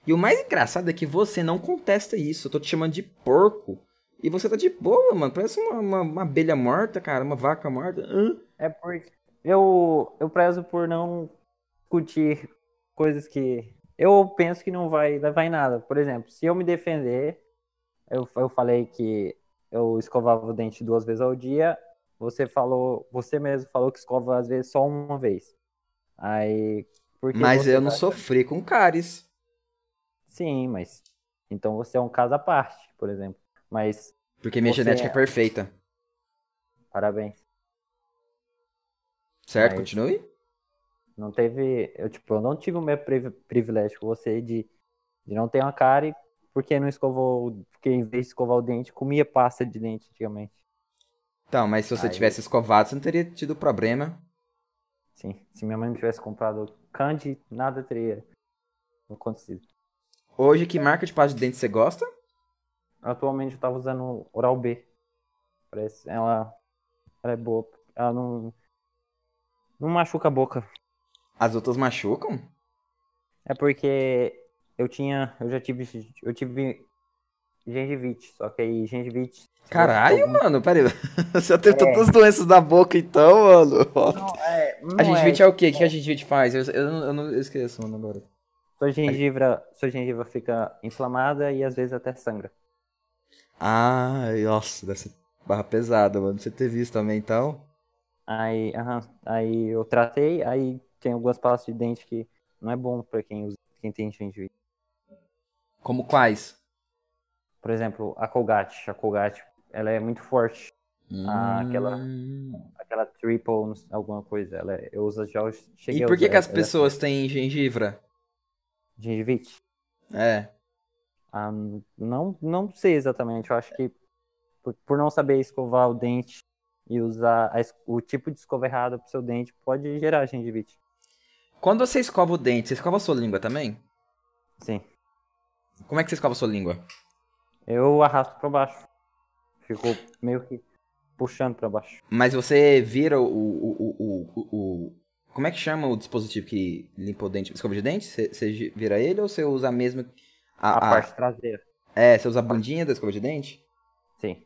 Speaker 1: E o mais engraçado é que você não contesta isso. Eu tô te chamando de porco. E você tá de boa, mano. Parece uma, uma- uma abelha morta, cara. Uma vaca morta. Hã?
Speaker 2: é porque eu, eu prezo por não discutir coisas que eu penso que não vai levar em nada. Por exemplo, se eu me defender, eu, eu falei que eu escovava o dente duas vezes ao dia. Você falou, você mesmo falou que escova às vezes só uma vez. Aí, porque
Speaker 1: Mas
Speaker 2: você tá
Speaker 1: eu não
Speaker 2: vai-
Speaker 1: sofri com cáries.
Speaker 2: Sim, mas então você é um caso à parte. por exemplo. Mas,
Speaker 1: Porque minha
Speaker 2: Você
Speaker 1: genética
Speaker 2: é-
Speaker 1: é perfeita.
Speaker 2: parabéns.
Speaker 1: Certo?
Speaker 2: Mas-
Speaker 1: Continue?
Speaker 2: Não teve. Eu, tipo, eu não tive o mesmo privi- privilégio que você de, de não ter uma cara e porque não escovou. o- Porque em vez de escovar o dente, comia pasta de dente antigamente.
Speaker 1: Então, mas se você
Speaker 2: Aí-
Speaker 1: tivesse escovado, você não teria tido problema.
Speaker 2: Sim. Se minha mãe não tivesse comprado candy, nada teria acontecido.
Speaker 1: Hoje,
Speaker 2: É.
Speaker 1: que marca de pasta de dente você gosta?
Speaker 2: Atualmente eu tava usando Oral B. Parece. Ela. Ela é boa. Ela não. Não machuca a boca.
Speaker 1: As outras machucam?
Speaker 2: É porque eu tinha. Eu já tive. Eu tive gengivite. Só que aí gengivite. se você
Speaker 1: Caralho,
Speaker 2: toma-
Speaker 1: mano, peraí. Você teve
Speaker 2: É.
Speaker 1: todas as doenças da boca, então, mano.
Speaker 2: Não, é, não
Speaker 1: a gengivite
Speaker 2: é.
Speaker 1: é, o quê? O que a gengivite faz? Eu, eu, não- eu não eu esqueço, mano, agora.
Speaker 2: Sua gengiva, sua gengiva fica inflamada e às vezes até sangra.
Speaker 1: Ai, nossa, deve ser barra pesada, mano. Você teve isso também, então?
Speaker 2: Aí, aham, aí eu tratei, aí tem algumas pastas de dente que não é bom pra quem usa, quem tem gengivite.
Speaker 1: Como quais?
Speaker 2: Por exemplo, a Colgate, a Colgate, ela é muito forte, Ah, aquela-
Speaker 1: Hum.
Speaker 2: aquela triple, não sei, alguma coisa, ela é- eu uso já eu cheguei
Speaker 1: E
Speaker 2: a
Speaker 1: por que,
Speaker 2: usar,
Speaker 1: que as
Speaker 2: ela é
Speaker 1: pessoas têm gengivra?
Speaker 2: gengivite?
Speaker 1: É.
Speaker 2: Ah, não, não sei exatamente. Eu acho que por, por não saber escovar o dente e usar a es- o tipo de escova errada pro seu dente pode gerar gengivite.
Speaker 1: Quando você escova o dente, você escova a sua língua também?
Speaker 2: Sim.
Speaker 1: Como é que você escova a sua língua?
Speaker 2: Eu arrasto pra baixo. Ficou meio que puxando pra baixo.
Speaker 1: Mas você vira o. o, o, o, o- o- como é que chama o dispositivo que limpa o dente? Escova de dente? Você, você gi- vira ele ou você usa mesmo.
Speaker 2: A,
Speaker 1: A, a-
Speaker 2: parte traseira.
Speaker 1: É, você usa a bundinha da escova de dente?
Speaker 2: Sim.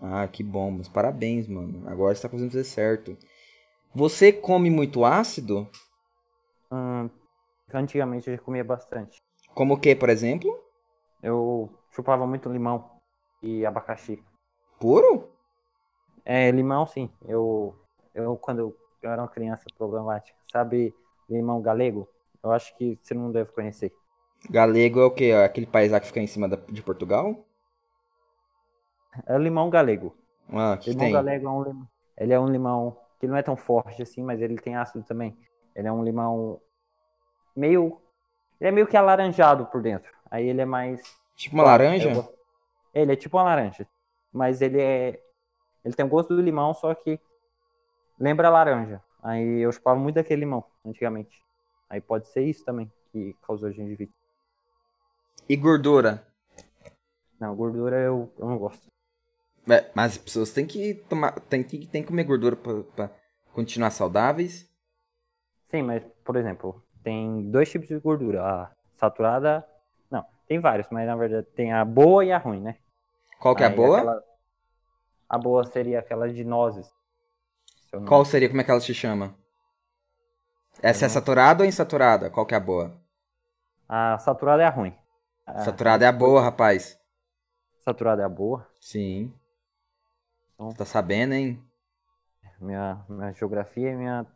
Speaker 1: Ah, que bom, mas parabéns, mano. Agora você tá fazendo fazer certo. Você come muito ácido?
Speaker 2: Hum, antigamente eu já comia bastante.
Speaker 1: Como o que, por exemplo?
Speaker 2: Eu chupava muito limão e abacaxi.
Speaker 1: Puro?
Speaker 2: É, limão sim. Eu, eu quando eu era uma criança problemática, sabe limão galego? Eu acho que você não deve conhecer.
Speaker 1: Galego é o quê? Aquele país lá que fica em cima da- de Portugal?
Speaker 2: É limão galego.
Speaker 1: Ah, que que
Speaker 2: Limão
Speaker 1: tem?
Speaker 2: galego é um limão. Ele é um limão que não é tão forte assim, mas ele tem ácido também. Ele é um limão meio. Ele é meio que alaranjado por dentro. Aí ele é mais.
Speaker 1: Tipo uma laranja?
Speaker 2: Eu gosto- Ele é tipo uma laranja. Mas ele é. Ele tem o gosto do limão, só que lembra laranja. Aí eu chupava muito daquele limão, antigamente. Aí pode ser isso também que causou gengivite.
Speaker 1: E gordura?
Speaker 2: Não, gordura eu, eu não gosto.
Speaker 1: É, Mas as pessoas têm que tomar, têm que, têm que comer gordura pra, pra continuar saudáveis.
Speaker 2: Sim, mas, por exemplo, tem dois tipos de gordura. A saturada. Não, tem vários, mas na verdade tem a boa e a ruim, né?
Speaker 1: Qual que é a
Speaker 2: Aí
Speaker 1: boa?
Speaker 2: aquela- A boa seria aquela de nozes. se eu não-
Speaker 1: Qual seria, como é que ela se chama? Essa é
Speaker 2: não-
Speaker 1: saturada ou insaturada? Qual que é a boa?
Speaker 2: A saturada é a ruim. A
Speaker 1: Saturada é a boa, rapaz.
Speaker 2: saturada é a boa.
Speaker 1: Sim.
Speaker 2: Então-
Speaker 1: Tá sabendo, hein?
Speaker 2: Minha, minha geografia e minha.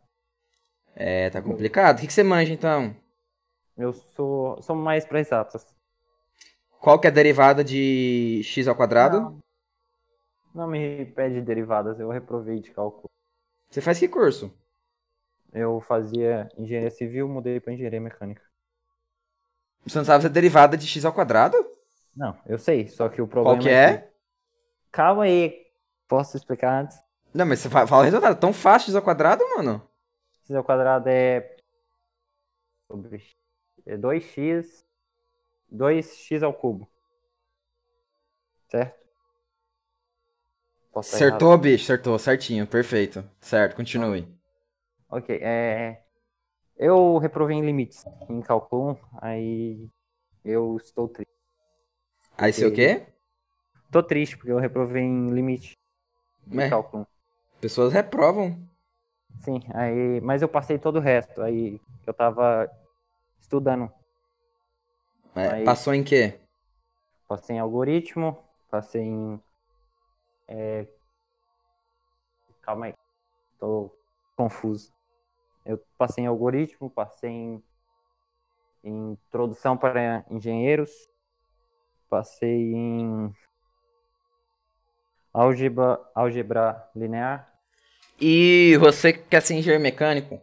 Speaker 1: É, tá complicado. O que, que você manja, então?
Speaker 2: Eu sou, sou mais pra exatas.
Speaker 1: Qual que é a derivada de x ao quadrado?
Speaker 2: Não, não me pede derivadas, eu reprovei de cálculo.
Speaker 1: Você faz que curso?
Speaker 2: Eu fazia engenharia civil, mudei pra engenharia mecânica.
Speaker 1: Você não sabe se é derivada de x ao quadrado?
Speaker 2: Não, eu sei, só que o problema.
Speaker 1: que é?
Speaker 2: que- Calma aí, posso explicar antes?
Speaker 1: Não, mas você fa- fala o resultado. Tão fácil x ao quadrado, mano?
Speaker 2: x ao quadrado é. sobre x. É 2x. 2x ao cubo. Certo? Posso tá errado.
Speaker 1: Acertou, bicho. Acertou, certinho. Perfeito. Certo, continue.
Speaker 2: Ok, é... Eu reprovei em limites em cálculo 1, aí eu estou triste.
Speaker 1: Aí você o quê?
Speaker 2: Tô triste porque eu reprovei em limite em
Speaker 1: É.
Speaker 2: cálculo
Speaker 1: Pessoas reprovam.
Speaker 2: 1. Sim, aí... Mas eu passei todo o resto, aí eu tava estudando.
Speaker 1: É,
Speaker 2: Aí-
Speaker 1: Passou em quê?
Speaker 2: Passei em Tá algoritmo, passei em... é, Calma aí, tô confuso. Eu passei em algoritmo, passei em, em introdução para engenheiros, passei em Álgebra, álgebra linear.
Speaker 1: E você que quer ser engenheiro mecânico?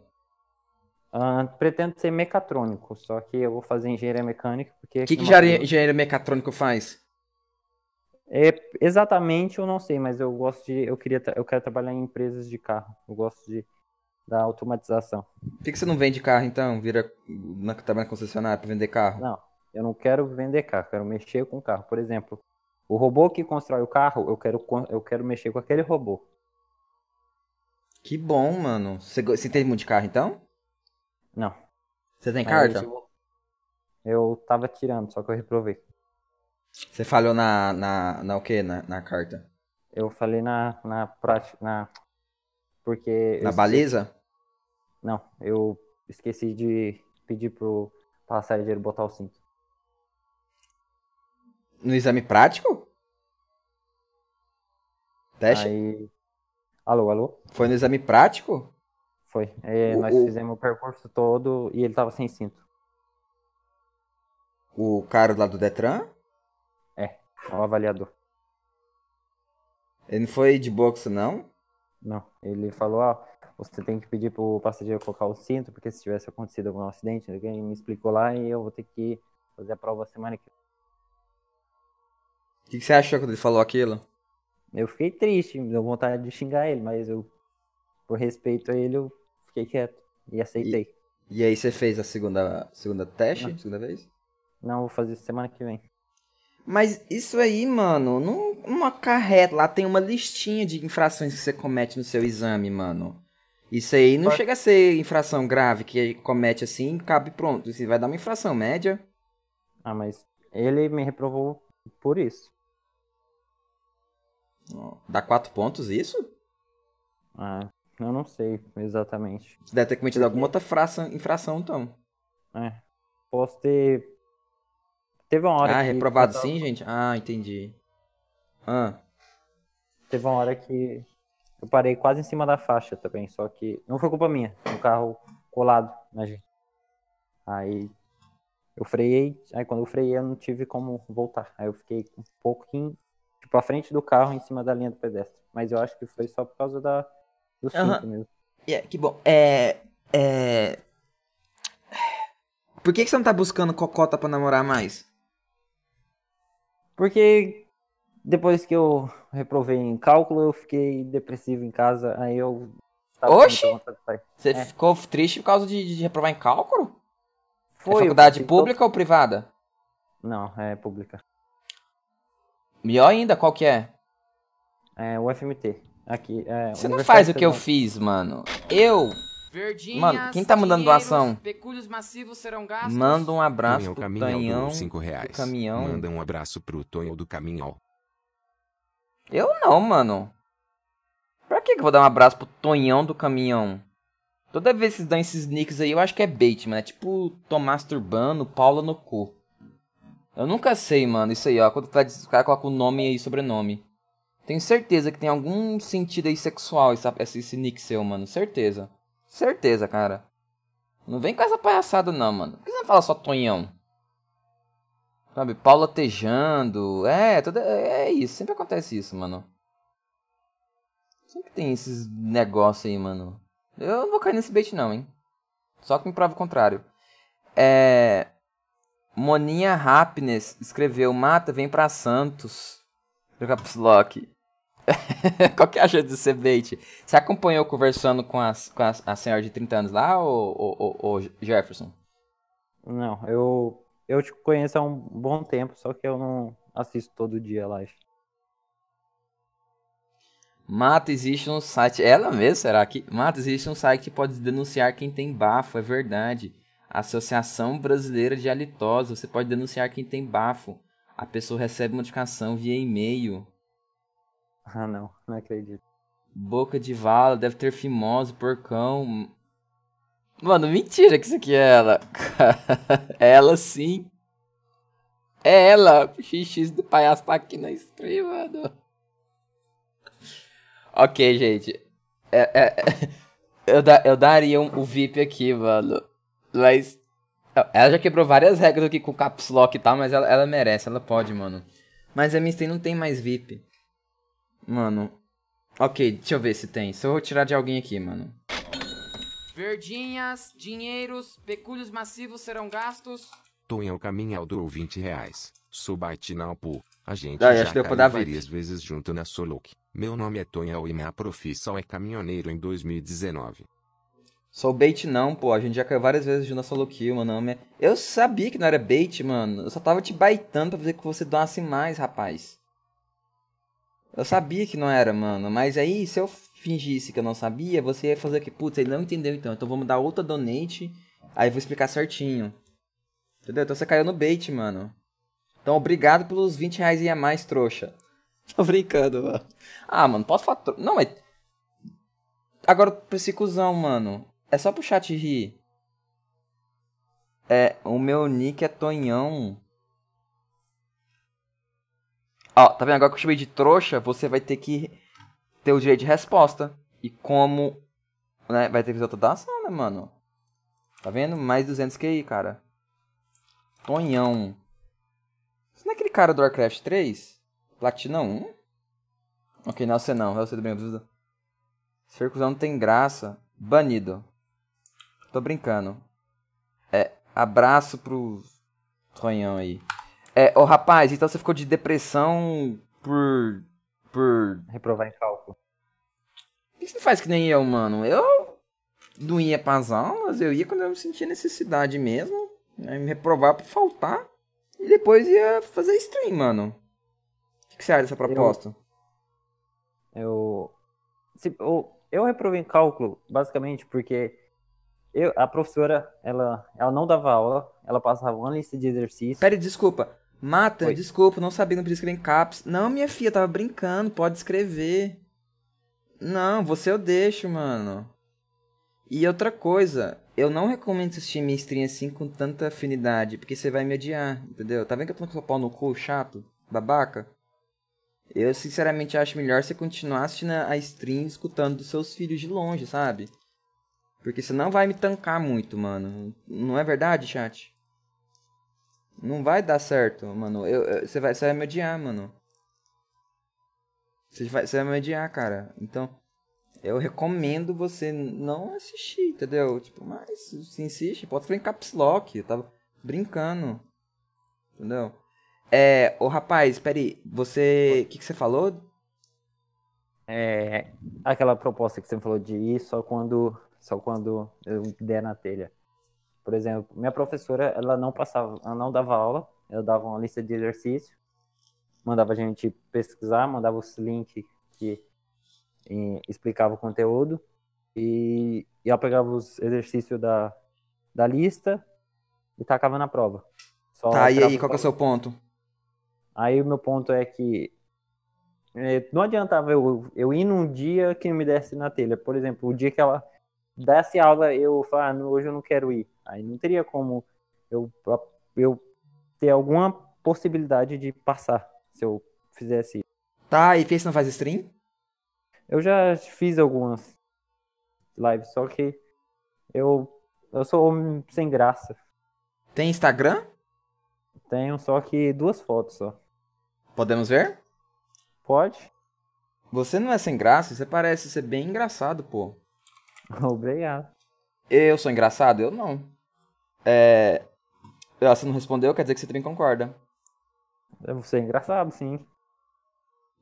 Speaker 2: Ah, pretendo ser mecatrônico, só que eu vou fazer engenharia mecânica porque.
Speaker 1: O que,
Speaker 2: aqui
Speaker 1: que
Speaker 2: em
Speaker 1: engenharia-
Speaker 2: Mato
Speaker 1: engenheiro mecatrônico faz?
Speaker 2: Grosso- É, exatamente, eu não sei, mas eu gosto de, eu queria, tra- eu quero trabalhar em empresas de carro. Eu gosto de da automatização.
Speaker 1: Por que, que você não vende carro então? Vira na, trabalha na concessionária pra vender carro?
Speaker 2: Não, eu não quero vender carro, eu quero mexer com carro. Por exemplo, o robô que constrói o carro, eu quero, con- eu quero mexer com aquele robô.
Speaker 1: Que bom, mano. Você, go- você entende muito de carro então?
Speaker 2: Não.
Speaker 1: Você tem
Speaker 2: Aí
Speaker 1: carta?
Speaker 2: Eu, eu tava tirando, só que eu reprovei.
Speaker 1: Você falhou na, na, na o quê? Na, na carta?
Speaker 2: Eu falei na, na prática, na. Porque. eu
Speaker 1: Na
Speaker 2: esque-
Speaker 1: baliza?
Speaker 2: Não, eu esqueci de pedir pro passageiro botar o cinto.
Speaker 1: No exame prático? Teste?
Speaker 2: Aí. Alô, alô?
Speaker 1: Foi no exame prático?
Speaker 2: Foi. É,
Speaker 1: O-
Speaker 2: nós
Speaker 1: o-
Speaker 2: fizemos o percurso todo e ele tava sem cinto.
Speaker 1: O cara lá do Detran?
Speaker 2: O avaliador.
Speaker 1: Ele não foi de boa com isso, não?
Speaker 2: Não. Ele falou, ó, você tem que pedir pro passageiro colocar o cinto, porque se tivesse acontecido algum acidente, alguém me explicou lá e eu vou ter que fazer a prova semana que
Speaker 1: O que, que você achou quando ele falou aquilo?
Speaker 2: Eu fiquei triste, me deu vontade de xingar ele, mas eu, por respeito a ele, eu fiquei quieto e aceitei.
Speaker 1: E aí você fez a segunda, segunda teste? Segunda vez?
Speaker 2: Não, vou fazer isso semana que vem.
Speaker 1: Mas isso aí, mano, não, não acarreta. Lá tem uma listinha de infrações que você comete no seu exame, mano. Isso aí não
Speaker 2: Pode-
Speaker 1: chega a ser infração grave, que comete assim, cabe pronto. Isso vai dar uma infração média.
Speaker 2: Ah, mas ele me reprovou por isso.
Speaker 1: Ó, Dá quatro pontos isso?
Speaker 2: Ah, eu não sei exatamente.
Speaker 1: Você deve ter cometido
Speaker 2: Por quê?
Speaker 1: alguma outra fração, infração, então.
Speaker 2: É, posso ter. Teve uma hora
Speaker 1: Ah,
Speaker 2: que. tá
Speaker 1: reprovado
Speaker 2: eu tava-
Speaker 1: sim, gente? Ah, entendi. Ah,
Speaker 2: Teve uma hora que eu parei quase em cima da faixa também, só que não foi culpa minha, um carro colado na gente. Aí eu freiei, aí quando eu freiei eu não tive como voltar. Aí eu fiquei um pouquinho, tipo, à frente do carro, em cima da linha do pedestre. Mas eu acho que foi só por causa da, do cinto
Speaker 1: Aham.
Speaker 2: mesmo.
Speaker 1: e é, que bom. É. É. Por que, que você não tá buscando cocota pra namorar mais?
Speaker 2: Porque depois que eu reprovei em cálculo, eu fiquei depressivo em casa, aí eu tava com
Speaker 1: Oxi!
Speaker 2: muita vontade de sair.
Speaker 1: Você
Speaker 2: É.
Speaker 1: ficou triste por causa de, de reprovar em cálculo?
Speaker 2: Foi, eu
Speaker 1: é faculdade
Speaker 2: fiquei todo-
Speaker 1: pública ou privada?
Speaker 2: Não, é pública.
Speaker 1: Melhor ainda, qual que é?
Speaker 2: É UFMT. Aqui, é,
Speaker 1: Você não
Speaker 2: Universidade
Speaker 1: faz o que eu
Speaker 2: Federal.
Speaker 1: fiz, mano. Eu
Speaker 3: Verdinhas,
Speaker 1: Mano, quem tá mandando
Speaker 3: dinheiros,
Speaker 1: doação?
Speaker 3: Pecúlios massivos serão gastos.
Speaker 1: mando um abraço
Speaker 4: Tonhão
Speaker 1: pro
Speaker 4: Caminhal
Speaker 1: Tanhão.
Speaker 4: doou 5 reais.
Speaker 1: do Caminhão.
Speaker 4: Manda um abraço pro Tonhão do Caminhão.
Speaker 1: Eu não, mano. Pra que que eu vou dar um abraço pro Tonhão do Caminhão? Toda vez que vocês dão esses nicks aí, eu acho que é bait, mano. É tipo Tomás Turbano, Paula no cu. Eu nunca sei, mano, isso aí, ó. Quando tá, os caras colocam o nome aí, sobrenome. Tenho certeza que tem algum sentido aí sexual essa, esse, esse nick seu, mano. Certeza. Certeza, cara. Não vem com essa palhaçada, não, mano. Por que você não fala só Tonhão? Sabe, Paula tejando. É, toda, é isso. Sempre acontece isso, mano. Sempre tem esses negócios aí, mano. Eu não vou cair nesse bait, não, hein? Só que me prova o contrário. É. Moninha Happiness escreveu: Mata, vem pra Santos. Do Caps Lock. Qual que é a chance de ser bait? Você acompanhou conversando com, as, com as- a senhora de 30 anos lá, ô, ô, ô, ô Jefferson?
Speaker 2: Não, eu, eu te conheço há um bom tempo, só que eu não assisto todo dia a live.
Speaker 1: Mata, existe um site. Ela mesmo, será que? Mata, existe um site que pode denunciar quem tem bafo, é verdade. Associação Brasileira de Halitose. Você pode denunciar quem tem bafo. A pessoa recebe notificação via e-mail.
Speaker 2: Ah, não, não acredito.
Speaker 1: Boca de vala, deve ter fimose, porcão. Mano, mentira que isso aqui é ela. é ela sim. É ela. O XX do palhaço tá aqui na stream, mano. Ok, gente. É- é- eu, da- eu daria um- o VIP aqui, mano. Mas. Ela já quebrou várias regras aqui com o caps lock e tal, mas ela, ela merece, ela pode, mano. Mas a minha stream não tem mais VIP. Mano. Ok, deixa eu ver se tem. Se eu vou tirar de alguém aqui, mano.
Speaker 3: Verdinhas, dinheiros, pecúlios massivos serão gastos.
Speaker 4: Tonho Caminhal doou 20 reais. Subatinalpo. A gente
Speaker 1: Ah, acho
Speaker 4: já
Speaker 1: que deu pra
Speaker 4: caiu
Speaker 1: dar
Speaker 4: várias vezes junto na Solok. Meu nome é Tonhal e minha profissão é caminhoneiro em 2019.
Speaker 1: Sou bait não, pô. A gente já caiu várias vezes junto na solo kill, meu nome é... Eu sabia que não era bait, mano. Eu só tava te baitando pra fazer que você doasse mais, rapaz. Eu sabia que não era, mano. Mas aí, se eu fingisse que eu não sabia, você ia fazer que... Putz, ele não entendeu então. Então vamos dar outra donate. Aí eu vou explicar certinho. Entendeu? Então você caiu no bait, mano. Então obrigado pelos 20 reais e a mais, trouxa. Tô brincando, mano. Ah, mano, posso falar... tro- Não, mas... Agora, pra esse cuzão, mano. É só pro chat rir. É, o meu nick é Tonhão. Ó, tá vendo? Agora que eu chamei de trouxa, você vai ter que ter o direito de resposta. E como. Né, vai ter que fazer outra ação, né, mano? Tá vendo? Mais 200 QI, cara. Tonhão. Você não é aquele cara do Warcraft 3? Platina 1? Ok, não, você não. Eu sei do bem. Ser cuzão não tem graça. Banido. Tô brincando. É, abraço pro Tonhão aí. É, ô rapaz, então você ficou de depressão por. por.
Speaker 2: Reprovar em cálculo.
Speaker 1: Por que você não faz que nem eu, mano? Eu não ia pras aulas, eu ia quando eu sentia necessidade mesmo. Né? Me reprovar por faltar. E depois ia fazer stream, mano. O que, que você acha dessa proposta?
Speaker 2: Eu, se- eu, eu reprovei em cálculo, basicamente, porque eu, a professora, ela, ela não dava aula, ela passava um uma lista de exercícios.
Speaker 1: Pera, desculpa. Mata,
Speaker 2: Oi.
Speaker 1: desculpa, não sabia, não podia escrever em caps. Não, minha filha, eu tava brincando, pode escrever. Não, você eu deixo, mano. E outra coisa, eu não recomendo assistir minha stream assim com tanta afinidade, porque você vai me odiar, entendeu? Tá vendo que eu tô com o pau no cu, chato, babaca? Eu sinceramente acho melhor você continuar assistindo a stream escutando dos seus filhos de longe, sabe? Porque você não vai me tancar muito, mano. Não é verdade, chat? Não vai dar certo, mano. Eu, eu- você, vai, você vai me odiar, mano. Você vai, você vai me odiar, cara. Então, eu recomendo você não assistir, entendeu? Tipo, mas se insiste, pode ficar em caps lock. Eu tava brincando. Entendeu? É, ô rapaz, peraí. Você. O que, que você falou?
Speaker 2: É, aquela proposta que você falou de ir só quando, só quando eu der na telha. Por exemplo, minha professora, ela não passava, ela não dava aula, ela dava uma lista de exercício, mandava a gente pesquisar, mandava os links que eh, explicava o conteúdo e, e ela pegava os exercícios da, da lista e tacava na prova. Só
Speaker 1: tá, e
Speaker 2: tirava
Speaker 1: aí,
Speaker 2: os
Speaker 1: qual que é o seu ponto?
Speaker 2: Aí o meu ponto é que eh, não adiantava eu, eu ir num dia que não me desse na telha. Por exemplo, o dia que ela desse aula, eu falar, ah, não, hoje eu não quero ir. Aí não teria como eu, eu ter alguma possibilidade de passar se eu fizesse isso.
Speaker 1: Tá, e por que você não faz stream?
Speaker 2: Eu já fiz algumas lives, só que eu, eu sou homem sem graça.
Speaker 1: Tem Instagram?
Speaker 2: Tenho só que duas fotos só.
Speaker 1: Podemos ver?
Speaker 2: Pode?
Speaker 1: Você não é sem graça, você parece ser bem engraçado, pô.
Speaker 2: Obrigado.
Speaker 1: Eu sou engraçado? Eu não. É. ah, Você não respondeu, quer dizer que você também concorda.
Speaker 2: Você é engraçado, sim.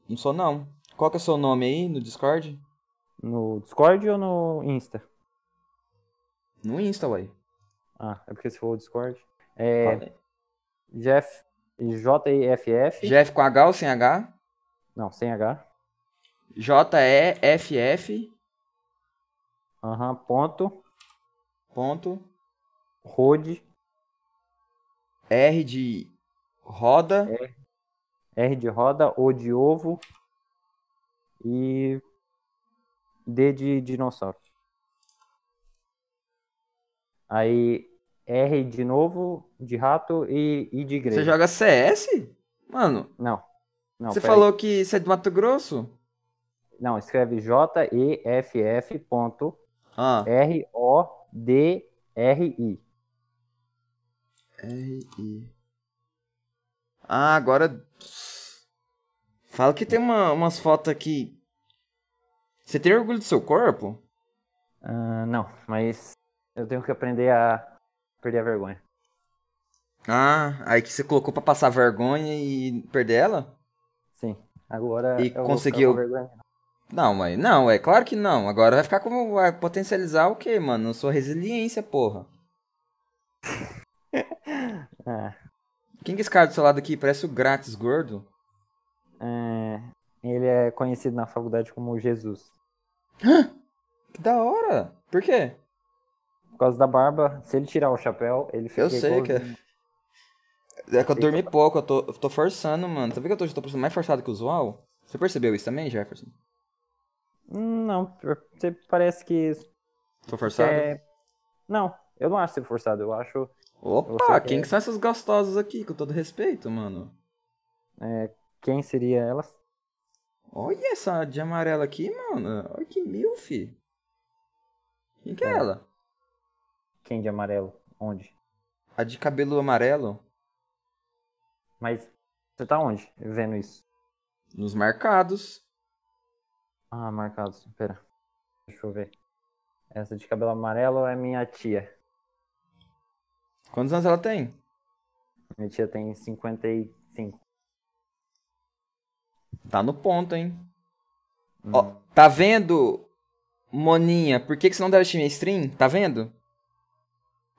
Speaker 1: Não sou, não. Qual que é o seu nome aí no Discord?
Speaker 2: No Discord ou no Insta?
Speaker 1: No Insta, ué.
Speaker 2: Ah, é porque se for o Discord. É
Speaker 1: Fala aí.
Speaker 2: Jeff, J-E-F-F.
Speaker 1: Jeff com H ou sem H?
Speaker 2: Não, sem H.
Speaker 1: J-E-F-F.
Speaker 2: Aham, ponto.
Speaker 1: Ponto.
Speaker 2: Rode.
Speaker 1: R de roda.
Speaker 2: É R de roda. O de ovo. E D de dinossauro. Aí R de novo, de rato e, e de igreja.
Speaker 1: Você joga CS? Mano,
Speaker 2: Não. Não,
Speaker 1: você
Speaker 2: peraí.
Speaker 1: falou que você é do Mato Grosso?
Speaker 2: Não, escreve J-E-F-F ponto
Speaker 1: Ah.
Speaker 2: R-O-D-R-I. É.
Speaker 1: R-I. Ah, agora. Fala que tem uma- umas fotos aqui. Você tem orgulho do seu corpo?
Speaker 2: Ah, não, mas eu tenho que aprender a perder a vergonha.
Speaker 1: Ah, aí que você colocou pra passar vergonha e perder ela?
Speaker 2: Sim.
Speaker 1: E
Speaker 2: Agora eu vou ficar
Speaker 1: conseguiu?
Speaker 2: com vergonha.
Speaker 1: Não, mas não, é claro que não. Agora vai ficar como. Vai potencializar o quê, mano? Sua resiliência, porra.
Speaker 2: Ah,
Speaker 1: Quem que é esse cara do seu lado aqui? Parece o grátis gordo.
Speaker 2: é, ele é conhecido na faculdade como Jesus.
Speaker 1: Que da hora! Por quê?
Speaker 2: Por causa da barba, se ele tirar o chapéu, ele fica
Speaker 1: Eu sei que é.
Speaker 2: igualzinho.
Speaker 1: É que eu dormi pouco, eu tô, eu tô forçando, mano. Tá vendo que eu tô, tô mais forçado que o usual? Você percebeu isso também, Jefferson?
Speaker 2: Hum, Não, você parece que
Speaker 1: Tô forçado?
Speaker 2: É... Não, eu não acho ser forçado. Eu acho
Speaker 1: Opa,
Speaker 2: Você
Speaker 1: quem
Speaker 2: quer-
Speaker 1: que são essas gostosas aqui, com todo respeito, mano?
Speaker 2: é, quem seria elas.
Speaker 1: Olha essa de amarela aqui, mano. Olha que milf. Quem que é
Speaker 2: É.
Speaker 1: ela?
Speaker 2: Quem de amarelo? Onde?
Speaker 1: A de cabelo amarelo?
Speaker 2: Mas você tá onde vendo isso?
Speaker 1: Nos marcados.
Speaker 2: Ah, marcados. Pera. Deixa eu ver. Essa de cabelo amarelo é minha tia.
Speaker 1: Quantos anos ela tem?
Speaker 2: Minha tia tem 55.
Speaker 1: Tá no ponto, hein?
Speaker 2: Hum.
Speaker 1: Ó, tá vendo, Moninha? Por que, que você não deve assistir minha stream? Tá vendo?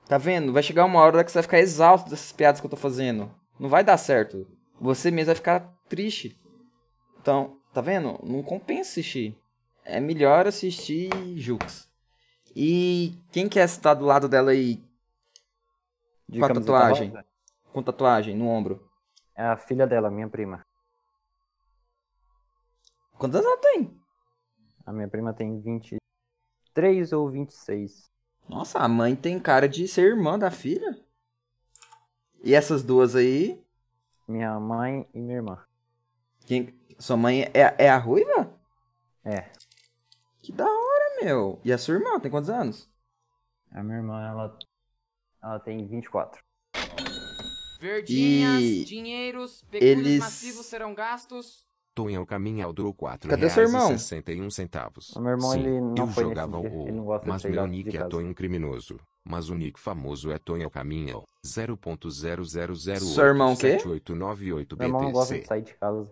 Speaker 1: Tá vendo? Vai chegar uma hora que você vai ficar exausto dessas piadas que eu tô fazendo. Não vai dar certo. Você mesmo vai ficar triste. Então, tá vendo? Não compensa assistir. É melhor assistir Jux. E quem quer estar do lado dela aí
Speaker 2: De
Speaker 1: com a
Speaker 2: camiseta
Speaker 1: tatuagem.
Speaker 2: tá rosa?
Speaker 1: com tatuagem no ombro?
Speaker 2: É a filha dela, minha prima.
Speaker 1: Quantos anos ela tem?
Speaker 2: A minha prima tem 23 ou 26.
Speaker 1: Nossa, a mãe tem cara de ser irmã da filha. E essas duas aí,
Speaker 2: Minha mãe e minha irmã.
Speaker 1: Quem- Sua mãe é, é a ruiva?
Speaker 2: É.
Speaker 1: Que da hora, meu. E a sua irmã tem quantos anos?
Speaker 2: A minha irmã, ela, ela tem 24.
Speaker 3: Verdinhas,
Speaker 1: E
Speaker 3: dinheiros, pecúlios
Speaker 1: eles-
Speaker 3: massivos serão gastos.
Speaker 4: Tonhão Caminhaldo quatro
Speaker 1: Cadê
Speaker 4: reais
Speaker 1: seu irmão?
Speaker 4: e 61 centavos.
Speaker 2: O meu irmão,
Speaker 4: Sim,
Speaker 2: ele não
Speaker 4: eu
Speaker 2: foi nesse
Speaker 4: jogava
Speaker 2: dia,
Speaker 4: o
Speaker 2: ele não gosta de
Speaker 4: mas
Speaker 2: ser
Speaker 4: meu
Speaker 2: gato de
Speaker 4: nick é
Speaker 2: casa.
Speaker 4: Tonhão Criminoso. Mas o nick famoso é Tonhão Caminhal. 0.00087898
Speaker 1: Seu irmão o quê?
Speaker 2: Meu irmão não gosta de
Speaker 4: BTC.
Speaker 2: sair de casa.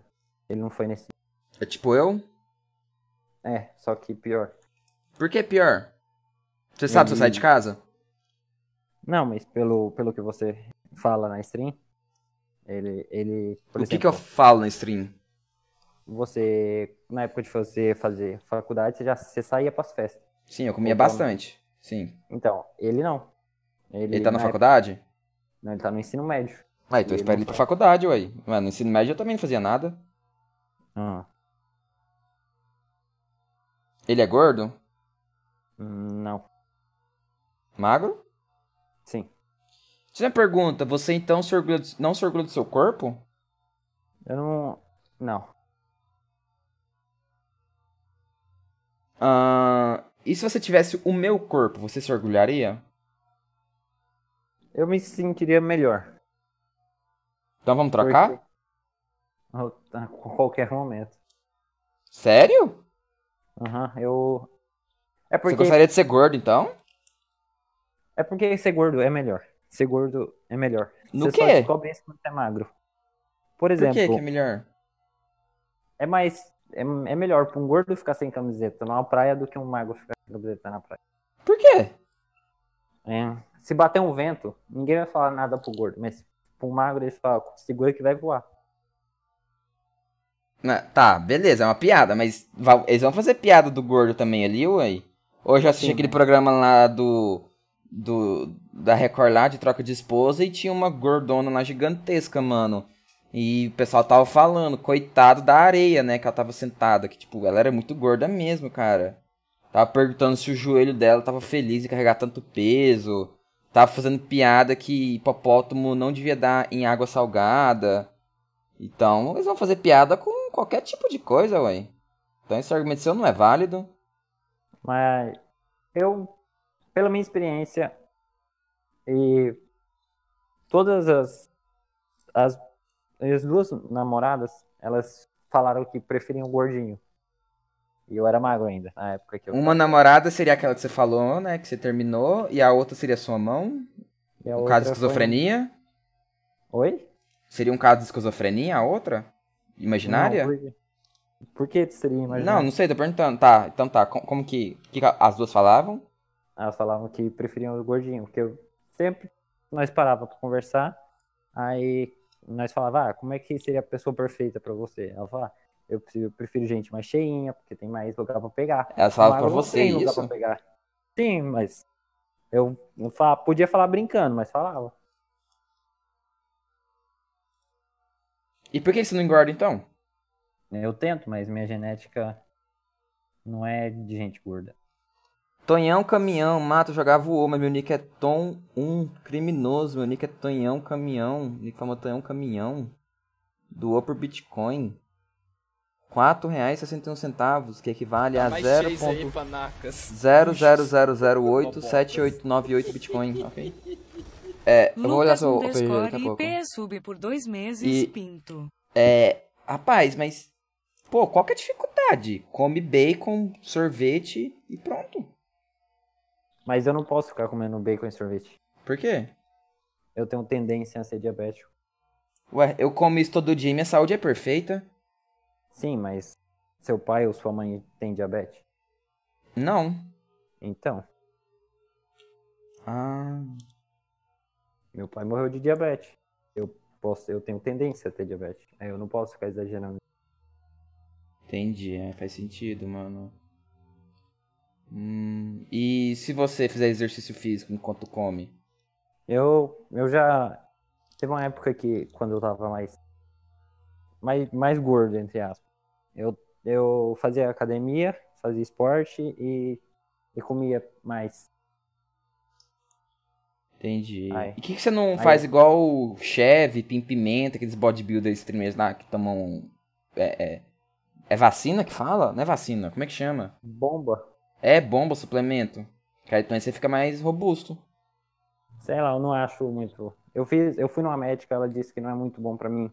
Speaker 2: Ele não foi nesse.
Speaker 1: É tipo eu?
Speaker 2: É, só que pior.
Speaker 1: Por que é pior? Você sabe se eu
Speaker 2: Ele-
Speaker 1: saio de casa?
Speaker 2: Não, mas pelo, pelo que você fala na stream, ele. ele por
Speaker 1: o que,
Speaker 2: exemplo,
Speaker 1: que eu falo na stream?
Speaker 2: Você. Na época de você fazer faculdade, você já você saía pras festas.
Speaker 1: Sim, eu comia
Speaker 2: Opa,
Speaker 1: bastante. Sim.
Speaker 2: Então, ele não.
Speaker 1: Ele, tá na
Speaker 2: época-
Speaker 1: faculdade?
Speaker 2: Não, ele tá no ensino médio.
Speaker 1: Ah, então eu
Speaker 2: ele
Speaker 1: espero ele
Speaker 2: não
Speaker 1: ir pra
Speaker 2: faz.
Speaker 1: faculdade, ué. Mas no ensino médio eu também não fazia nada.
Speaker 2: Ah,
Speaker 1: Ele é gordo?
Speaker 2: hum, não.
Speaker 1: Magro?
Speaker 2: Sim.
Speaker 1: Você me pergunta, você então se orgulha do- não se orgulha do seu corpo?
Speaker 2: Eu não. Não.
Speaker 1: Ah, e se você tivesse o meu corpo, você se orgulharia?
Speaker 2: Eu me sentiria melhor.
Speaker 1: Então vamos trocar?
Speaker 2: porque- A qualquer momento.
Speaker 1: Sério?
Speaker 2: Aham, eu. É
Speaker 1: Você
Speaker 2: porque
Speaker 1: gostaria de ser gordo, então?
Speaker 2: É porque ser gordo é melhor. Ser gordo é melhor.
Speaker 1: No
Speaker 2: você só
Speaker 1: quê?
Speaker 2: descobre isso quando você é magro. Por exemplo,
Speaker 1: Por que que é melhor?
Speaker 2: é mais. É, é melhor pra um gordo ficar sem camiseta na praia do que um magro ficar sem camiseta na praia.
Speaker 1: Por quê?
Speaker 2: É. Se bater um vento, ninguém vai falar nada pro gordo, mas pro magro eles falam, segura que vai voar.
Speaker 1: Na- tá, beleza, é uma piada, mas va- eles vão fazer piada do gordo também ali, ué? Hoje eu assisti
Speaker 2: Sim,
Speaker 1: aquele
Speaker 2: mas-
Speaker 1: programa lá do, do. da Record lá de troca de esposa e tinha uma gordona lá gigantesca, mano. E o pessoal tava falando, coitado da areia, né? Que ela tava sentada, que tipo, ela era muito gorda mesmo, cara. Tava perguntando se o joelho dela tava feliz de carregar tanto peso. Tava fazendo piada que hipopótamo não devia dar em água salgada. Então, eles vão fazer piada com qualquer tipo de coisa, ué. Então, esse argumento seu não é válido.
Speaker 2: Mas eu, pela minha experiência e todas as, as, as duas namoradas, elas falaram que preferiam o gordinho. E eu era magro ainda, na época que eu.
Speaker 1: Uma namorada seria aquela que você falou, né? Que você terminou. E a outra seria sua mão.
Speaker 2: E a
Speaker 1: Um
Speaker 2: outra
Speaker 1: caso de
Speaker 2: foi-
Speaker 1: esquizofrenia.
Speaker 2: Oi?
Speaker 1: Seria um caso de esquizofrenia a outra? Imaginária?
Speaker 2: Não, por... quê? por que seria imaginário?
Speaker 1: Não, não sei, tô perguntando. Tá, então tá. com- Como que, que que as duas falavam?
Speaker 2: Aí elas Ah, falavam que preferiam o gordinho, porque eu sempre nós parava pra conversar, aí nós falava, ah, como é que seria a pessoa perfeita pra você? Ela falava, "Ah, eu prefiro, eu prefiro gente mais cheinha, porque tem mais lugar pra pegar.
Speaker 1: Elas falavam
Speaker 2: Magro
Speaker 1: pra
Speaker 2: não tá
Speaker 1: você
Speaker 2: tem lugar pra
Speaker 1: isso?
Speaker 2: pegar. Sim, mas eu, eu falava- podia falar brincando, mas falava.
Speaker 1: E por que você não engorda então?
Speaker 2: Eu tento, mas minha genética não é de gente gorda.
Speaker 1: Tonhão Caminhão, Mato jogava o O, mas meu nick é Tom 1, criminoso. Meu nick é Tonhão Caminhão. Nick famoso Tonhão Caminhão. Doou por Bitcoin. R$ 4,61, que equivale a
Speaker 3: Mais
Speaker 1: zero
Speaker 3: três
Speaker 1: ponto
Speaker 3: aí, panacas.
Speaker 1: 000087898 Bitcoin, ok? É, eu vou olhar
Speaker 5: Lucas
Speaker 1: seu PG daqui a
Speaker 5: underscore
Speaker 1: pouco.
Speaker 5: IP sub por dois meses,
Speaker 1: E-
Speaker 5: pinto.
Speaker 1: É, rapaz, mas, pô, qual que é a dificuldade? Come bacon, sorvete e pronto.
Speaker 2: Mas eu não posso ficar comendo bacon e sorvete.
Speaker 1: Por quê?
Speaker 2: Eu tenho tendência a ser diabético.
Speaker 1: Ué, eu como isso todo dia e minha saúde é perfeita?
Speaker 2: Sim, mas seu pai ou sua mãe tem diabetes?
Speaker 1: Não.
Speaker 2: Então,
Speaker 1: Ah,
Speaker 2: meu pai morreu de diabetes. Eu posso, eu tenho tendência a ter diabetes. Aí eu não posso ficar exagerando.
Speaker 1: entendi. É, faz sentido, mano. Hum, e se você fizer exercício físico enquanto come?
Speaker 2: Eu, eu já teve uma época que quando eu tava mais mais, mais gordo, entre aspas. Eu eu fazia academia, fazia esporte e e comia mais.
Speaker 1: Entendi.
Speaker 2: Ai.
Speaker 1: E que, que você não
Speaker 2: Ai.
Speaker 1: faz igual o Chevy, Pim Pimenta, aqueles bodybuilders streamers lá que tomam. É, é, é vacina que fala? Não é vacina, como é que chama?
Speaker 2: Bomba.
Speaker 1: É bomba, suplemento. Que aí, então aí você fica mais robusto.
Speaker 2: Sei lá, eu não acho muito. Eu fiz, eu fui numa médica, ela disse que não é muito bom pra mim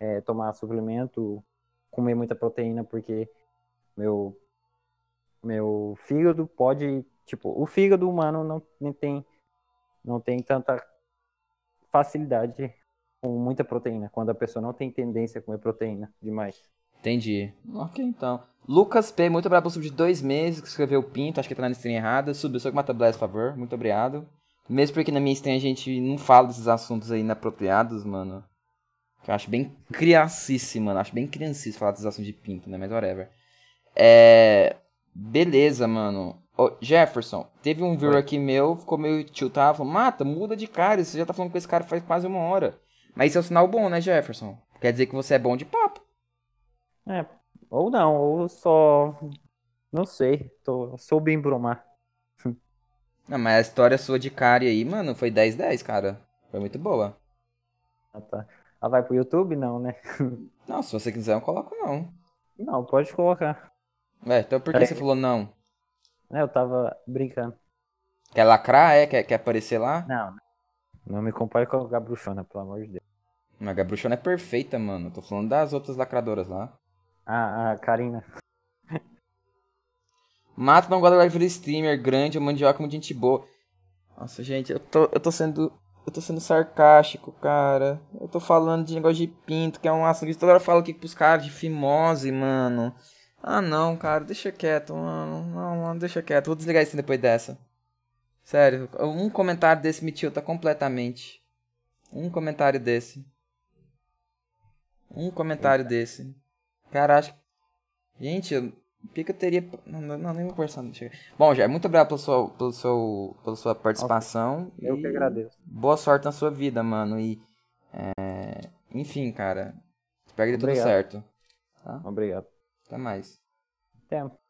Speaker 2: é, tomar suplemento, comer muita proteína, porque meu meu fígado pode, tipo, o fígado humano não, nem tem não tem tanta facilidade com muita proteína, quando a pessoa não tem tendência a comer proteína demais.
Speaker 1: Entendi. Ok, então. Lucas P, muito obrigado pelo sub de dois meses, que escreveu Pinto, acho que tá na stream errada. Subiu só que mata Blast, por favor. Muito obrigado. Mesmo porque na minha stream a gente não fala desses assuntos aí inapropriados, mano. Que eu acho bem criancice, mano. Acho bem criancice falar desses assuntos de Pinto, né? Mas whatever. É. Beleza, mano. Ô, Jefferson, teve um viewer aqui meu, ficou meio tiltado, falou, mata, muda de cara, você já tá falando com esse cara faz quase uma hora. Mas isso é um sinal bom, né, Jefferson? Quer dizer que você é bom de papo.
Speaker 2: É, ou não, ou só não sei, tô soube embromar.
Speaker 1: Não, mas a história sua de cara aí, mano, foi 10-10, cara. Foi muito boa.
Speaker 2: Ah, tá. Ela vai pro YouTube? Não, né?
Speaker 1: Não, se você quiser, eu coloco não.
Speaker 2: Não, pode colocar.
Speaker 1: Ué, então por que
Speaker 2: É.
Speaker 1: você falou não?
Speaker 2: É, Eu tava brincando.
Speaker 1: Quer lacrar, é? Quer, quer aparecer lá?
Speaker 2: Não. Não me compare com a Gabruchona, pelo amor de Deus.
Speaker 1: Não, a Gabruchona é perfeita, mano. Tô falando das outras lacradoras lá.
Speaker 2: Ah, a Karina.
Speaker 1: Mato não gosta de virar streamer grande, o mandioca é muito gente boa. Nossa, gente, eu tô, eu tô sendo. Eu tô sendo sarcástico, cara. Eu tô falando de negócio de pinto, que é um assunto que toda hora eu falo aqui pros caras de fimose, mano. Ah não, cara, deixa quieto, mano. Não, mano, deixa quieto. Vou desligar isso depois dessa. Sério, um comentário desse me tilta completamente. Um comentário desse. Um comentário desse. Cara, acho. Gente, eu... O que, que eu teria. Não, não, não, nem vou conversar. não chega. Bom, Jair, muito obrigado pelo seu, pelo seu, pela sua participação.
Speaker 2: Eu
Speaker 1: e
Speaker 2: que agradeço.
Speaker 1: Boa sorte na sua vida, mano. E. é, Enfim, cara. Espero que dê tudo
Speaker 2: Obrigado.
Speaker 1: certo.
Speaker 2: Obrigado.
Speaker 1: Até mais.
Speaker 2: Até.